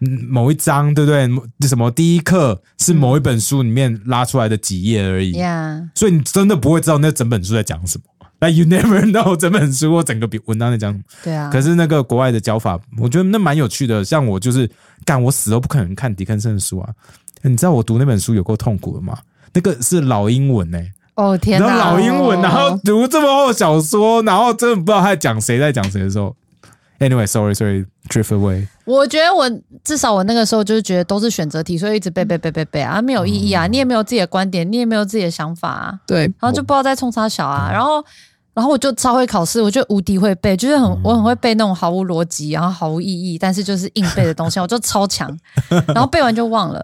Speaker 1: 嗯，某一章对不对？某什么第一课是某一本书里面拉出来的几页而
Speaker 2: 嗯
Speaker 1: 已，
Speaker 2: 呀、
Speaker 1: 所以你真的不会知道那整本书在讲什么。那 you never know 整本书或整个比文章在讲什么。
Speaker 2: 对啊。
Speaker 1: 可是那个国外的教法，我觉得那蛮有趣的。像我就是干，我死都不可能看狄更森的书啊！你知道我读那本书有够痛苦的吗？那个是老英文呢、
Speaker 2: 哦
Speaker 1: 你
Speaker 2: 天
Speaker 1: 知道
Speaker 2: 哪，
Speaker 1: 老英文，啊
Speaker 2: 哦
Speaker 1: 然后读这么厚小说，然后真的不知道他在讲谁在讲谁的时候， Anyway，sorry，sorry，drift away。
Speaker 2: 我觉得我至少我那个时候就是觉得都是选择题，所以一直背背背背背啊，没有意义
Speaker 1: 哦
Speaker 2: 啊，你也没有自己的观点，你也没有自己的想法啊，
Speaker 3: 对，
Speaker 2: 然后就不知道在冲啥小啊，然后然后我就超会考试，我就无敌会背，就是很我很会背那种毫无逻辑，然后毫无意义，但是就是硬背的东西，我就超 强，然后背完就忘了，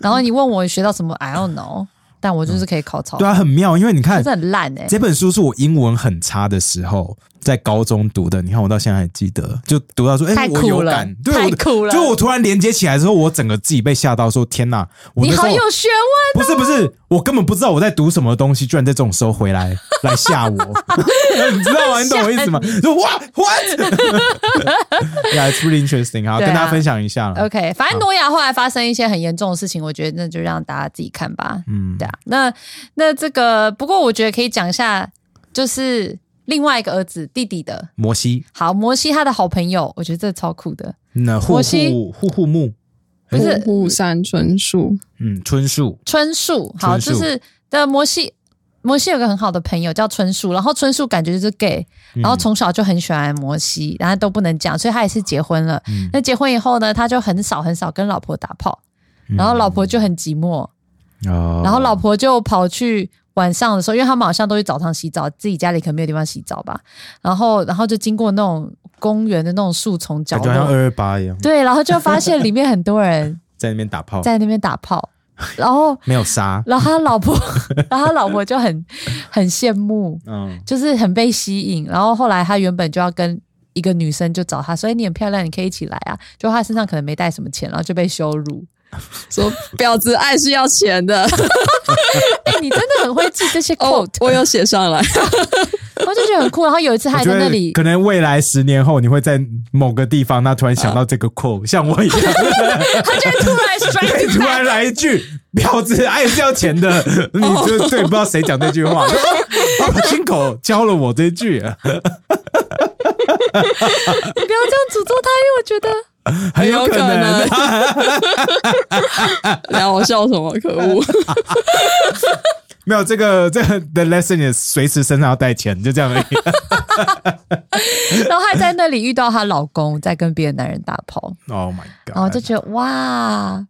Speaker 2: 然后你问我学到什么，I don't know，但我就是可以考超，
Speaker 1: 对啊，很妙，因为你看
Speaker 2: 真的很烂哎、
Speaker 1: 这本书是我英文很差的时候在高中读的，你看我到现在还记得，就读到说，哎、
Speaker 2: 太
Speaker 1: 我
Speaker 2: 苦
Speaker 1: 有
Speaker 2: 了
Speaker 1: 感，，对，
Speaker 2: 太
Speaker 1: 我的
Speaker 2: 苦了，
Speaker 1: 就我突然连接起来之后，我整个自己被吓到说天哪！我
Speaker 2: 你
Speaker 1: 那时
Speaker 2: 好
Speaker 1: 候
Speaker 2: 有学问。
Speaker 1: 不是不是，我根本不知道我在读什么东西，居然在这种时候回来 来吓我，你知道吗？你懂我意思吗？就哇 what？yeah, it's really interesting。好，
Speaker 2: 对啊
Speaker 1: 跟大家分享一下了。
Speaker 2: OK，反正挪亚后来发生一些很严重的事情，我觉得那就让大家自己看吧。
Speaker 1: 嗯
Speaker 2: 对啊，那那这个不过我觉得可以讲一下，就是另外一个儿子弟弟的。
Speaker 1: 摩西，
Speaker 2: 好，摩西他的好朋友，我觉得这超酷的，
Speaker 1: 那户
Speaker 2: 摩西
Speaker 1: 户户户木，
Speaker 2: 不是
Speaker 3: 户户三春树，
Speaker 1: 嗯，春树，
Speaker 2: 春树。好，
Speaker 1: 春树
Speaker 2: 就是的摩西，摩西有个很好的朋友叫春树，然后春树感觉就是 gay，
Speaker 1: 嗯
Speaker 2: 然后从小就很喜欢摩西，然后都不能讲，所以他也是结婚了。
Speaker 1: 嗯
Speaker 2: 那结婚以后呢，他就很少很少跟老婆打炮，
Speaker 1: 嗯
Speaker 2: 然后老婆就很寂寞。
Speaker 1: 哦
Speaker 2: 然后老婆就跑去晚上的时候，因为他们好像都去澡堂洗澡，自己家里可能没有地方洗澡吧。然后，然后就经过那种公园的那种树丛角
Speaker 1: 感觉好像
Speaker 2: 落，
Speaker 1: 二二八一样，
Speaker 2: 对，然后就发现里面很多 人
Speaker 1: 在那边打炮，
Speaker 2: 在那边打炮，然后，
Speaker 1: 没有杀，
Speaker 2: 然后他老婆， 然后他老婆就很很羡慕，
Speaker 1: 嗯，
Speaker 2: 就是很被吸引。然后后来他原本就要跟。一个女生就找他，哎所以你很漂亮，你可以一起来啊。就他身上可能没带什么钱，然后就被羞辱。
Speaker 3: 说婊子爱是要钱的。
Speaker 2: 哎、你真的很会记这些
Speaker 3: 哦
Speaker 2: quote，、，
Speaker 3: 我有写上来，
Speaker 2: 我就觉得很酷。然后有一次他
Speaker 1: 我
Speaker 2: 还
Speaker 1: 觉
Speaker 2: 在
Speaker 1: 得
Speaker 2: 那里，
Speaker 1: 可能未来十年后，你会在某个地方，那突然想到这个 quote，、像
Speaker 2: 哦
Speaker 1: 我一样，
Speaker 2: 他就会突 然
Speaker 1: 突
Speaker 2: strike
Speaker 1: 然来一句“婊子爱是要钱的”，你就对不知道谁讲这句话，啊亲口教了我这句，
Speaker 2: 你不要这样诅咒他，因为我觉得
Speaker 1: 很有可能。
Speaker 3: 然后我笑什么？可恶！
Speaker 1: 没有这个这个 the lesson 也随时身上要带钱，就这样而已。
Speaker 2: 然后还在那里遇到她老公在跟别的男人打炮，
Speaker 1: Oh my
Speaker 2: 然哦后就
Speaker 1: god！
Speaker 2: 觉得哇，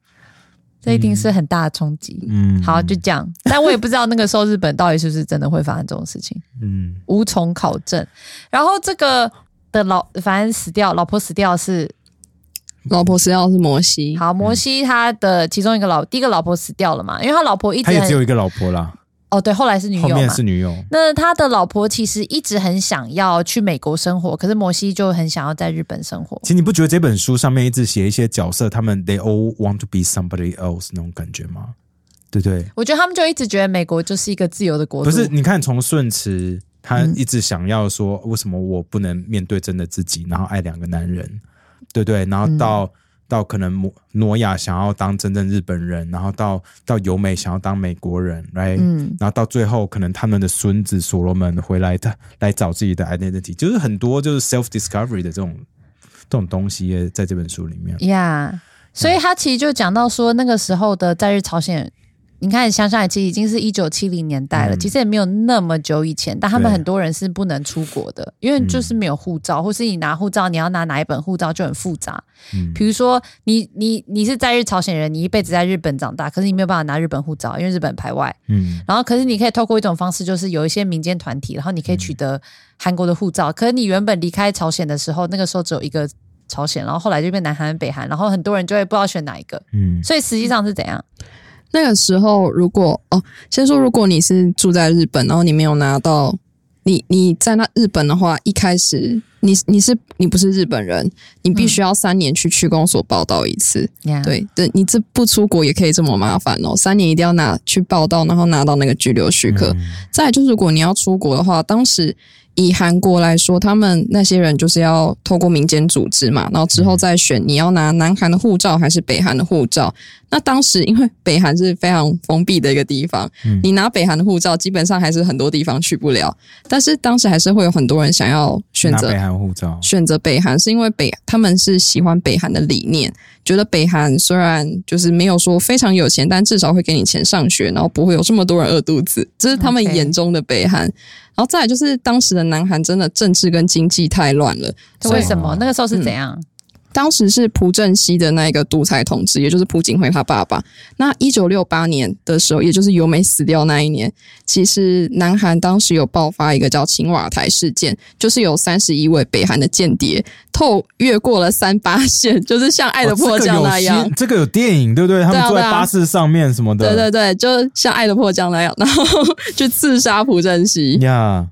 Speaker 2: 这一定是很大的冲击。
Speaker 1: 嗯
Speaker 2: 好，就这样。但我也不知道那个时候日本到底是不是真的会发生这种事情，
Speaker 1: 嗯，
Speaker 2: 无从考证。然后这个的老，反正死掉，老婆死掉是
Speaker 3: 老婆是要是摩西，
Speaker 2: 好。摩西他的其中一个老，第一个老婆死掉了嘛，因为他老婆一直
Speaker 1: 他也只有
Speaker 2: 很
Speaker 1: 一个老婆啦，
Speaker 2: 哦对，后来是女
Speaker 1: 后
Speaker 2: 友
Speaker 1: 面
Speaker 2: 嘛
Speaker 1: 是，女友。
Speaker 2: 那他的老婆其实一直很想要去美国生活，可是摩西就很想要在日本生活。
Speaker 1: 其实你不觉得这本书上面一直写一些角色，他们 they all want to be somebody else 那种感觉吗？对不对？
Speaker 2: 我觉得他们就一直觉得美国就是一个自由的国度，
Speaker 1: 不是，你看从顺慈，他
Speaker 3: 嗯
Speaker 1: 一直想要说，为什么我不能面对真的自己，然后爱两个男人，对不对？然
Speaker 3: 嗯
Speaker 1: 后到、到可能挪挪亚想要当真正日本人，然后到到由美想要当美国人，来、
Speaker 2: 嗯，
Speaker 1: 然后到最后可能他们的孙子所罗门回来的来找自己的 identity，就是很多就是 self discovery 的这种这种东西耶，在这本书里面，
Speaker 2: 呀、所以他其实就讲到说，那个时候的在日朝鲜，你看想想，其实已经是一九七零年代了、
Speaker 1: 嗯
Speaker 2: 其实也没有那么久以前，但他们
Speaker 1: 对
Speaker 2: 很多人是不能出国的，因为就是没有护照，或是你拿护照，你要拿哪一本护照就很复杂。
Speaker 1: 嗯
Speaker 2: 比如说你你你是在日朝鲜人，你一辈子在日本长大，可是你没有办法拿日本护照，因为日本排外。
Speaker 1: 嗯
Speaker 2: 然后，可是你可以透过一种方式，就是有一些民间团体，然后你可
Speaker 1: 嗯
Speaker 2: 以取得韩国的护照。可是你原本离开朝鲜的时候，那个时候只有一个朝鲜，然后后来就变南韩、北韩，然后很多人就会不知道选哪一个。
Speaker 1: 嗯
Speaker 2: 所以实际上是怎样？
Speaker 3: 那个时候，如果哦，先说如果你是住在日本，然后你没有拿到，你你在那日本的话，一开始你你是你不是日本人，你必须要三年去区公所报到一次。
Speaker 1: 啊
Speaker 2: Yeah，
Speaker 3: 对对，你这不出国也可以这么麻烦哦，三年一定要拿去报到，然后拿到那个居留许可。
Speaker 1: 嗯
Speaker 3: 再来就是，如果你要出国的话，当时以韩国来说，他们那些人就是要透过民间组织嘛，然后之
Speaker 1: 嗯
Speaker 3: 后再选你要拿南韩的护照还是北韩的护照。那当时因为北韩是非常封闭的一个地方，
Speaker 1: 嗯
Speaker 3: 你拿北韩的护照，基本上还是很多地方去不了。但是当时还是会有很多人想要选
Speaker 1: 拿
Speaker 3: 择
Speaker 1: 北韩护照，
Speaker 3: 选择北韩，是因为北他们是喜欢北韩的理念，觉得北韩虽然就是没有说非常有钱，但至少会给你钱上学，然后不会有这么多人饿肚子，这是他们
Speaker 2: OK
Speaker 3: 眼中的北韩。然后再来就是当时的南韩真的政治跟经济太乱了，
Speaker 2: 为什么？那个时候是怎样？
Speaker 1: 嗯
Speaker 3: 当时是朴正熙的那一个独裁统治，也就是朴槿惠他爸爸。那一九六八年的时候，也就是由美死掉那一年，其实南韩当时有爆发一个叫青瓦台事件，就是有三十一位北韩的间谍透越过了三八线， 就是像《爱的迫降》那样。
Speaker 1: 哦这个有新这个有电影对不对？他
Speaker 3: 对
Speaker 1: 们
Speaker 3: 啊
Speaker 1: 坐在
Speaker 3: 对啊
Speaker 1: 巴士上面什么的，
Speaker 3: 对对对，就像爱的迫降那样，然后 去刺杀朴正熙。
Speaker 1: 呀，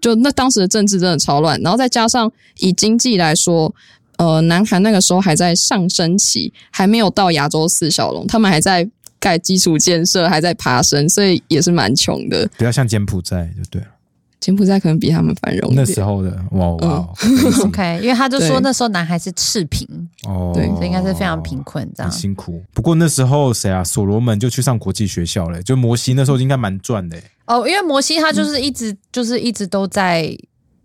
Speaker 3: 就那当时的政治真的超乱，然后再加上以经济来说，呃，南韩那个时候还在上升期，还没有到亚洲四小龙，他们还在盖基础建设，还在爬升，所以也是蛮穷的。
Speaker 1: 比较像柬埔寨就对了。
Speaker 3: 柬埔寨可能比他们繁荣一
Speaker 1: 那
Speaker 3: 点。
Speaker 1: 时候的哇哇
Speaker 2: 嗯
Speaker 1: 哦
Speaker 2: OK，因为他就说
Speaker 3: 对
Speaker 2: 那时候男孩是赤贫，
Speaker 1: 哦，
Speaker 3: 对
Speaker 2: 所以应该是非常贫困这
Speaker 1: 很
Speaker 2: 样。
Speaker 1: 辛苦。不过那时候谁啊？所罗门就去上国际学校嘞，就摩西那时候应该蛮赚的欸。
Speaker 2: 哦，因为摩西他
Speaker 1: 嗯
Speaker 2: 就是一直、就是一直都在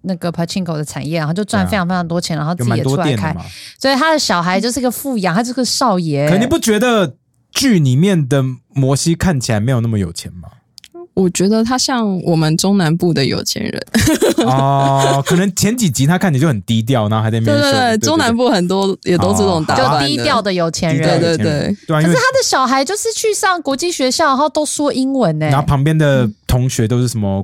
Speaker 2: 那个 Pachinko 的产业，然后就赚
Speaker 1: 对啊
Speaker 2: 非常非常多钱，然后自
Speaker 1: 有
Speaker 2: 己
Speaker 1: 蛮
Speaker 2: 也
Speaker 1: 多
Speaker 2: 出来
Speaker 1: 店的
Speaker 2: 开，
Speaker 1: 嘛。
Speaker 2: 所以他的小孩就是个富养，他就是个少爷。
Speaker 1: 可你不觉得剧里面的摩西看起来没有那么有钱 吗？
Speaker 3: 我觉得他像我们中南部的有钱人，
Speaker 1: 哦，可能前几集他看起来就很低调，然后还在那
Speaker 3: 对
Speaker 1: 边说
Speaker 3: 对对，中南部很多也都这种
Speaker 1: 啊
Speaker 3: 打扮
Speaker 2: 就
Speaker 3: 的，
Speaker 2: 低调的有钱
Speaker 1: 低调
Speaker 2: 人，
Speaker 1: 有
Speaker 3: 对对
Speaker 1: 钱人对啊，
Speaker 2: 可
Speaker 1: 因
Speaker 2: 是
Speaker 1: 为
Speaker 2: 他的小孩就是去上国际学校，然后都说英文呢、
Speaker 1: 然后旁边的
Speaker 2: 嗯
Speaker 1: 同学都是什么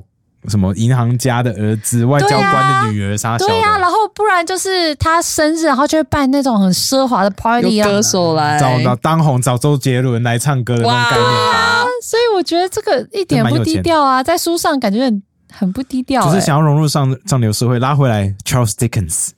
Speaker 1: 什么银行家的儿子、外交官的女儿，啥小
Speaker 2: 啊对呀、
Speaker 1: 的。
Speaker 2: 然后不然就是他生日，然后就会办那种很奢华的 party
Speaker 3: 有
Speaker 2: 啊。
Speaker 3: 歌手来，
Speaker 1: 嗯找找当红找周杰伦来唱歌的那种概念吧，
Speaker 2: 所以我觉得这个一点不低调啊，在书上感觉很很不低调、欸。
Speaker 1: 只是想要融入上上流社会，拉回来 Charles Dickens。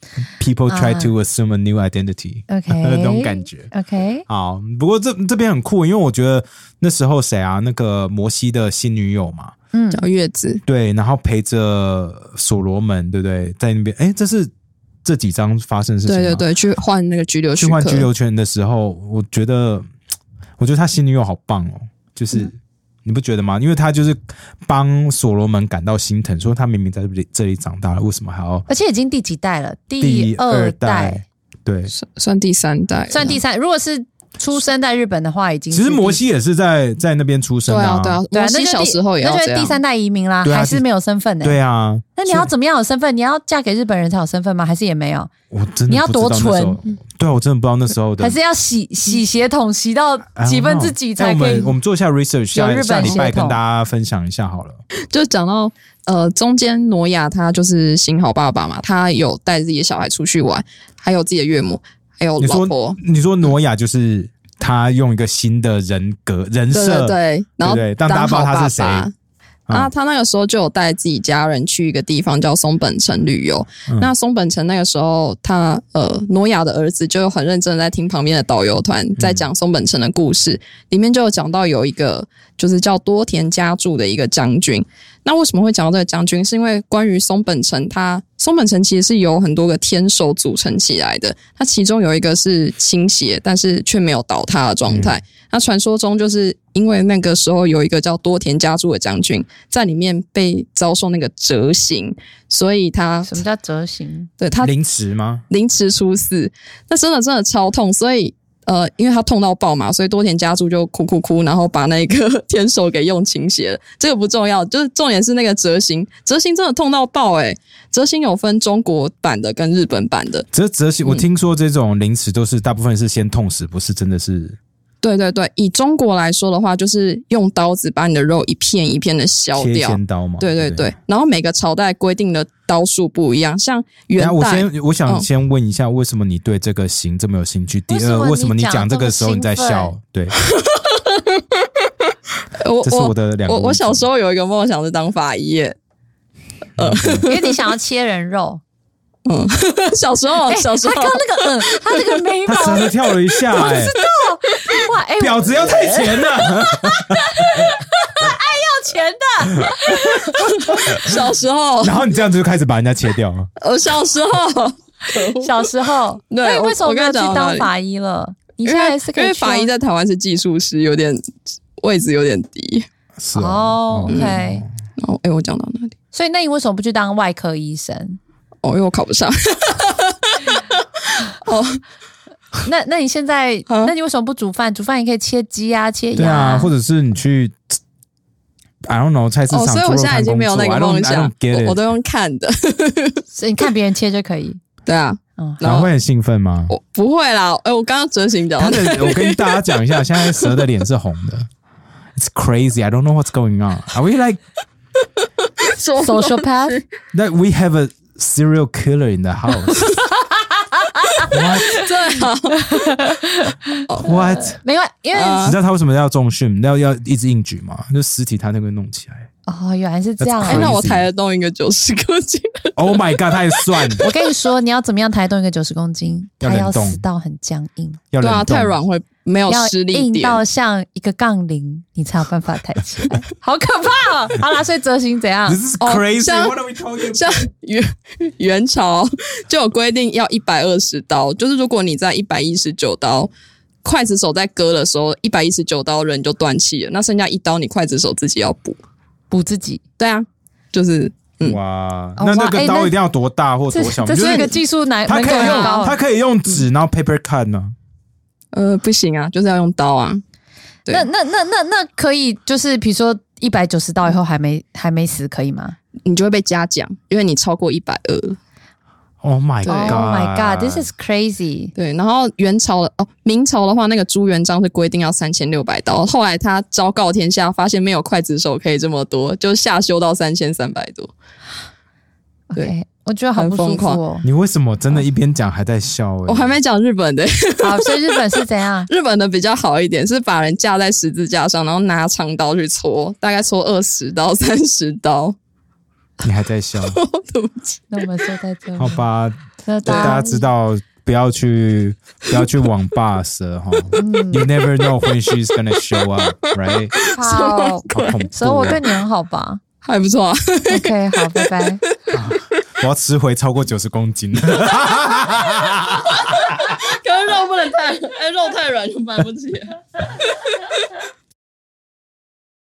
Speaker 1: People try
Speaker 2: 啊
Speaker 1: to assume a new identity，
Speaker 2: OK
Speaker 1: 那种感觉。
Speaker 2: OK，
Speaker 1: 好，不过这这边很酷，因为我觉得那时候谁啊，那个摩西的新女友嘛，
Speaker 2: 嗯，
Speaker 3: 叫月子，
Speaker 1: 对，然后陪着所罗门，对不对？在那边，哎，这是这几章发生的事情
Speaker 3: 对
Speaker 1: 吗
Speaker 3: 对对，去换那个居留
Speaker 1: 去
Speaker 3: 许
Speaker 1: 换
Speaker 3: 可，
Speaker 1: 居留权的时候，我觉得，我觉得他新女友好棒哦，
Speaker 2: 嗯
Speaker 1: 就是、你不觉得吗？因为他就是帮所罗门感到心疼，说他明明在这里这里长大了，为什么还要
Speaker 2: 而且已经第几代了？
Speaker 1: 第
Speaker 2: 二
Speaker 1: 代？对，
Speaker 3: 算算第三代了，
Speaker 2: 算第三。如果是出生在日本的话，已经
Speaker 1: 其
Speaker 2: 是
Speaker 1: 实
Speaker 2: 第
Speaker 1: 摩西也是在在那边出生
Speaker 3: 对啊对啊，
Speaker 2: 对啊那
Speaker 3: 摩，
Speaker 2: 就
Speaker 3: 西小
Speaker 2: 第
Speaker 3: 时候也要
Speaker 2: 那就
Speaker 3: 这
Speaker 2: 是
Speaker 3: 样
Speaker 2: 第。三代移民啦，
Speaker 1: 对啊
Speaker 2: 还是
Speaker 1: 第
Speaker 2: 没有身份呢、
Speaker 1: 对啊，
Speaker 2: 那你要怎么样有身份？你要嫁给日本人才有身份吗？还是也没有？
Speaker 1: 我真的
Speaker 2: 你要
Speaker 1: 不知道
Speaker 2: 多
Speaker 1: 那时候对啊，我真的不知道那时候的
Speaker 2: 还是要洗洗血统，洗到
Speaker 1: I don't
Speaker 2: 几分
Speaker 1: know
Speaker 2: 之几
Speaker 1: 哎
Speaker 2: 才
Speaker 1: 我
Speaker 2: 可以
Speaker 1: 们我们做一下 research，
Speaker 2: 有日
Speaker 1: 下
Speaker 2: 本
Speaker 1: 下礼拜
Speaker 2: 血统
Speaker 1: 跟大家分享一下好了。
Speaker 3: 就讲到呃，中间挪亚他就是新好爸爸嘛，他有带自己的小孩出去玩，还有自己的岳母，还有
Speaker 1: 你
Speaker 3: 老
Speaker 1: 说
Speaker 3: 婆，
Speaker 1: 你说挪亚就是他用一个新的人格人
Speaker 3: 对
Speaker 1: 设
Speaker 3: 对对，然后
Speaker 1: 对对让大家不知道
Speaker 3: 当好
Speaker 1: 他是
Speaker 3: 爸爸
Speaker 1: 谁嗯
Speaker 3: 啊，他那个时候就有带自己家人去一个地方叫松本城旅游。
Speaker 1: 嗯
Speaker 3: 那松本城那个时候，他呃，挪亚的儿子就很认真的在听旁边的导游团在
Speaker 1: 嗯
Speaker 3: 讲松本城的故事，里面就有讲到有一个就是叫多田家助的一个将军。那为什么会讲到这个将军？是因为关于松本城它，松本城其实是由很多个天守组成起来的。它其中有一个是倾斜，但是却没有倒塌的状
Speaker 2: 嗯
Speaker 3: 态。那传说中就是因为那个时候有一个叫多田家助的将军在里面被遭受那个折刑，所以他
Speaker 2: 什么叫折形？
Speaker 3: 对他
Speaker 1: 凌迟吗？
Speaker 3: 凌迟处死，那真的真的超痛，所以。呃，因为他痛到爆嘛，所以多田家助就哭哭哭，然后把那个 天手给用倾斜了。这个不重要，就是重点是那个折形，折形真的痛到爆诶、折形有分中国版的跟日本版的，
Speaker 1: 折折
Speaker 3: 嗯
Speaker 1: 形，我听说这种凌迟都是大部分是先痛死，不是真的是
Speaker 3: 对对对，以中国来说的话，就是用刀子把你的肉一片一片的削
Speaker 1: 切
Speaker 3: 掉。
Speaker 1: 千刀嘛？
Speaker 3: 对
Speaker 1: 对
Speaker 3: 对
Speaker 1: 不
Speaker 3: 对，然后每个朝代规定的刀数不一样，像元
Speaker 1: 然后我
Speaker 3: 代，
Speaker 1: 先，我想
Speaker 3: 嗯
Speaker 1: 先问一下，为什么你对这个刑这么有兴趣？第
Speaker 2: 为什
Speaker 1: 二，
Speaker 2: 么
Speaker 1: 为什么
Speaker 2: 你
Speaker 1: 你
Speaker 2: 讲
Speaker 1: 讲
Speaker 2: 这
Speaker 1: 这个
Speaker 2: 么
Speaker 1: 时候你
Speaker 2: 兴
Speaker 1: 在
Speaker 2: 奋
Speaker 1: 笑？对，
Speaker 3: 我
Speaker 1: 这是我
Speaker 3: 我
Speaker 1: 的两个
Speaker 3: 我我小时
Speaker 1: 候
Speaker 3: 候有一个梦想是当法医耶， 嗯
Speaker 2: 因为你想要切人肉。
Speaker 3: 小时候
Speaker 2: 哎
Speaker 3: 哦小时候
Speaker 2: 他刚那个嗯，他那个眉 毛
Speaker 1: 他傻的跳了一下，哎，
Speaker 2: 哇，哎、我
Speaker 1: 婊子要太前 了，
Speaker 2: 要钱的，
Speaker 3: 小时候
Speaker 1: 然后你这样子就开始把人家切掉了。
Speaker 3: 我小时候，
Speaker 2: 小时候，
Speaker 3: 对
Speaker 2: 那你为什么
Speaker 3: 我
Speaker 2: 没有去
Speaker 3: 我跟你讲
Speaker 2: 当法医了？ 你
Speaker 3: 因
Speaker 2: 现在
Speaker 3: 为
Speaker 2: 还是可
Speaker 3: 因
Speaker 2: 以
Speaker 3: 为
Speaker 2: 去啊
Speaker 3: 法医在台湾是技术师，有点位置有点低。啊
Speaker 1: 是啊
Speaker 2: 哦，OK，
Speaker 3: 嗯然后哎，我讲到哪里？
Speaker 2: 所以那你为什么不去当外科医 生？
Speaker 3: 哦，因为我考 不上。
Speaker 2: 那那你现在，
Speaker 3: 啊
Speaker 2: 那你为什么不煮饭？煮饭也可以切鸡啊，切
Speaker 1: 对
Speaker 2: 鸭
Speaker 1: 啊，或者是你去 I don't know 菜市
Speaker 3: 哦，
Speaker 1: 场
Speaker 3: 所以
Speaker 1: 猪
Speaker 3: 我
Speaker 1: 肉
Speaker 3: 现在已
Speaker 1: 摊
Speaker 3: 经
Speaker 1: 工
Speaker 3: 没有
Speaker 1: 作
Speaker 3: 那个
Speaker 1: ，I
Speaker 3: 梦
Speaker 1: don't I
Speaker 3: 想
Speaker 1: don't，get
Speaker 3: 我我
Speaker 1: it。
Speaker 3: 都用看的。
Speaker 2: 所以你看别人切就可以。
Speaker 3: 对啊，
Speaker 2: 嗯，
Speaker 1: 然后会很兴奋吗？
Speaker 3: 我不会啦。哎，我刚刚哲行讲
Speaker 1: 他的，我跟大家讲一下，现在蛇的脸是红的。It's crazy. I don't know what's going on. Are we like
Speaker 3: 说
Speaker 2: social path，
Speaker 1: that? We have a serial killer in the house. What?
Speaker 3: 对啊，
Speaker 1: What?
Speaker 2: 没有，因为
Speaker 1: 你知道他为什么要重训，要要一直硬举吗？就尸体他那个弄起来。
Speaker 2: 哦，原来是这样啊。
Speaker 3: 哎，那我抬得动一个九十公斤，
Speaker 1: Oh my god！太酸，
Speaker 2: 我跟你说，你要怎么样抬动一个九十公斤？
Speaker 1: 要
Speaker 2: 它
Speaker 1: 冷
Speaker 2: 要
Speaker 1: 冻
Speaker 2: 死到很僵硬，
Speaker 1: 要
Speaker 3: 对啊，
Speaker 1: 冷冻
Speaker 3: 太软会没有
Speaker 2: 要
Speaker 3: 施力
Speaker 2: 硬
Speaker 3: 点。
Speaker 2: 到像一个杠铃，你才有办法抬起来， 好可怕哦！好啦，所以哲行怎样？
Speaker 1: This is
Speaker 3: 哦
Speaker 1: crazy.
Speaker 3: 像
Speaker 1: What are we talking about?
Speaker 3: 像元 元朝就有规定要一百二十刀，就是如果你在一百一十九刀，筷子手在割的时候，一百一十九刀人就断气了，那剩下一刀你筷子手自己要补。
Speaker 2: 补自己，
Speaker 3: 对啊，就是嗯
Speaker 1: 哇，
Speaker 2: 哦
Speaker 1: 那
Speaker 2: 哇
Speaker 1: 那个
Speaker 2: 哎
Speaker 1: 刀
Speaker 2: 那
Speaker 1: 一定要多大或
Speaker 2: 这
Speaker 1: 多小？
Speaker 2: 这
Speaker 1: 就是
Speaker 2: 一
Speaker 1: 是
Speaker 2: 个技术难
Speaker 1: 他
Speaker 2: 门
Speaker 1: 可
Speaker 2: 槛
Speaker 1: 以
Speaker 2: 很
Speaker 1: 用
Speaker 2: 高
Speaker 1: 他
Speaker 2: 啊。
Speaker 1: 可以用纸，然后 paper cut 呢？
Speaker 3: 呃不行啊，就是要用刀啊。对
Speaker 2: 那那那那那可以，就是比如说一百九十到以后还没还没死，可以吗
Speaker 3: 你就会被嘉奖，因为你超过一百二。
Speaker 1: Oh my
Speaker 3: 对
Speaker 2: ？Oh
Speaker 1: god!
Speaker 2: my god，this is crazy！
Speaker 3: 对，然后元朝的哦，明朝的话，那个朱元璋是规定要三千六百刀，后来他昭告天下，发现没有刽子手可以这么多，就下修到三千三百多。对
Speaker 2: OK，我觉得好不舒
Speaker 3: 很疯
Speaker 2: 服哦。
Speaker 1: 你为什么真的一边讲还在笑、欸？
Speaker 3: 我还没讲日本的，？
Speaker 2: 好，所以日本是怎样
Speaker 3: 日本的比较好一点，是把人架在十字架上，然后拿长刀去戳，大概戳二十刀、三十刀。
Speaker 1: 你还在 笑，
Speaker 3: 对不起，
Speaker 2: 那我们就在这里
Speaker 1: 好，吧？
Speaker 2: 那
Speaker 1: 大
Speaker 3: 啊
Speaker 1: 家知道不要去不要去网吧蛇哈。You
Speaker 3: 嗯
Speaker 1: never know when she's gonna show up, right？
Speaker 2: 好，
Speaker 1: 好恐怖、哦！
Speaker 2: 所以我对你很好吧
Speaker 3: 还不错啊。
Speaker 2: ？OK，好，拜拜。
Speaker 1: 我要吃回超过九十公斤。
Speaker 3: 可是肉不能太，哎、肉太软就买不起、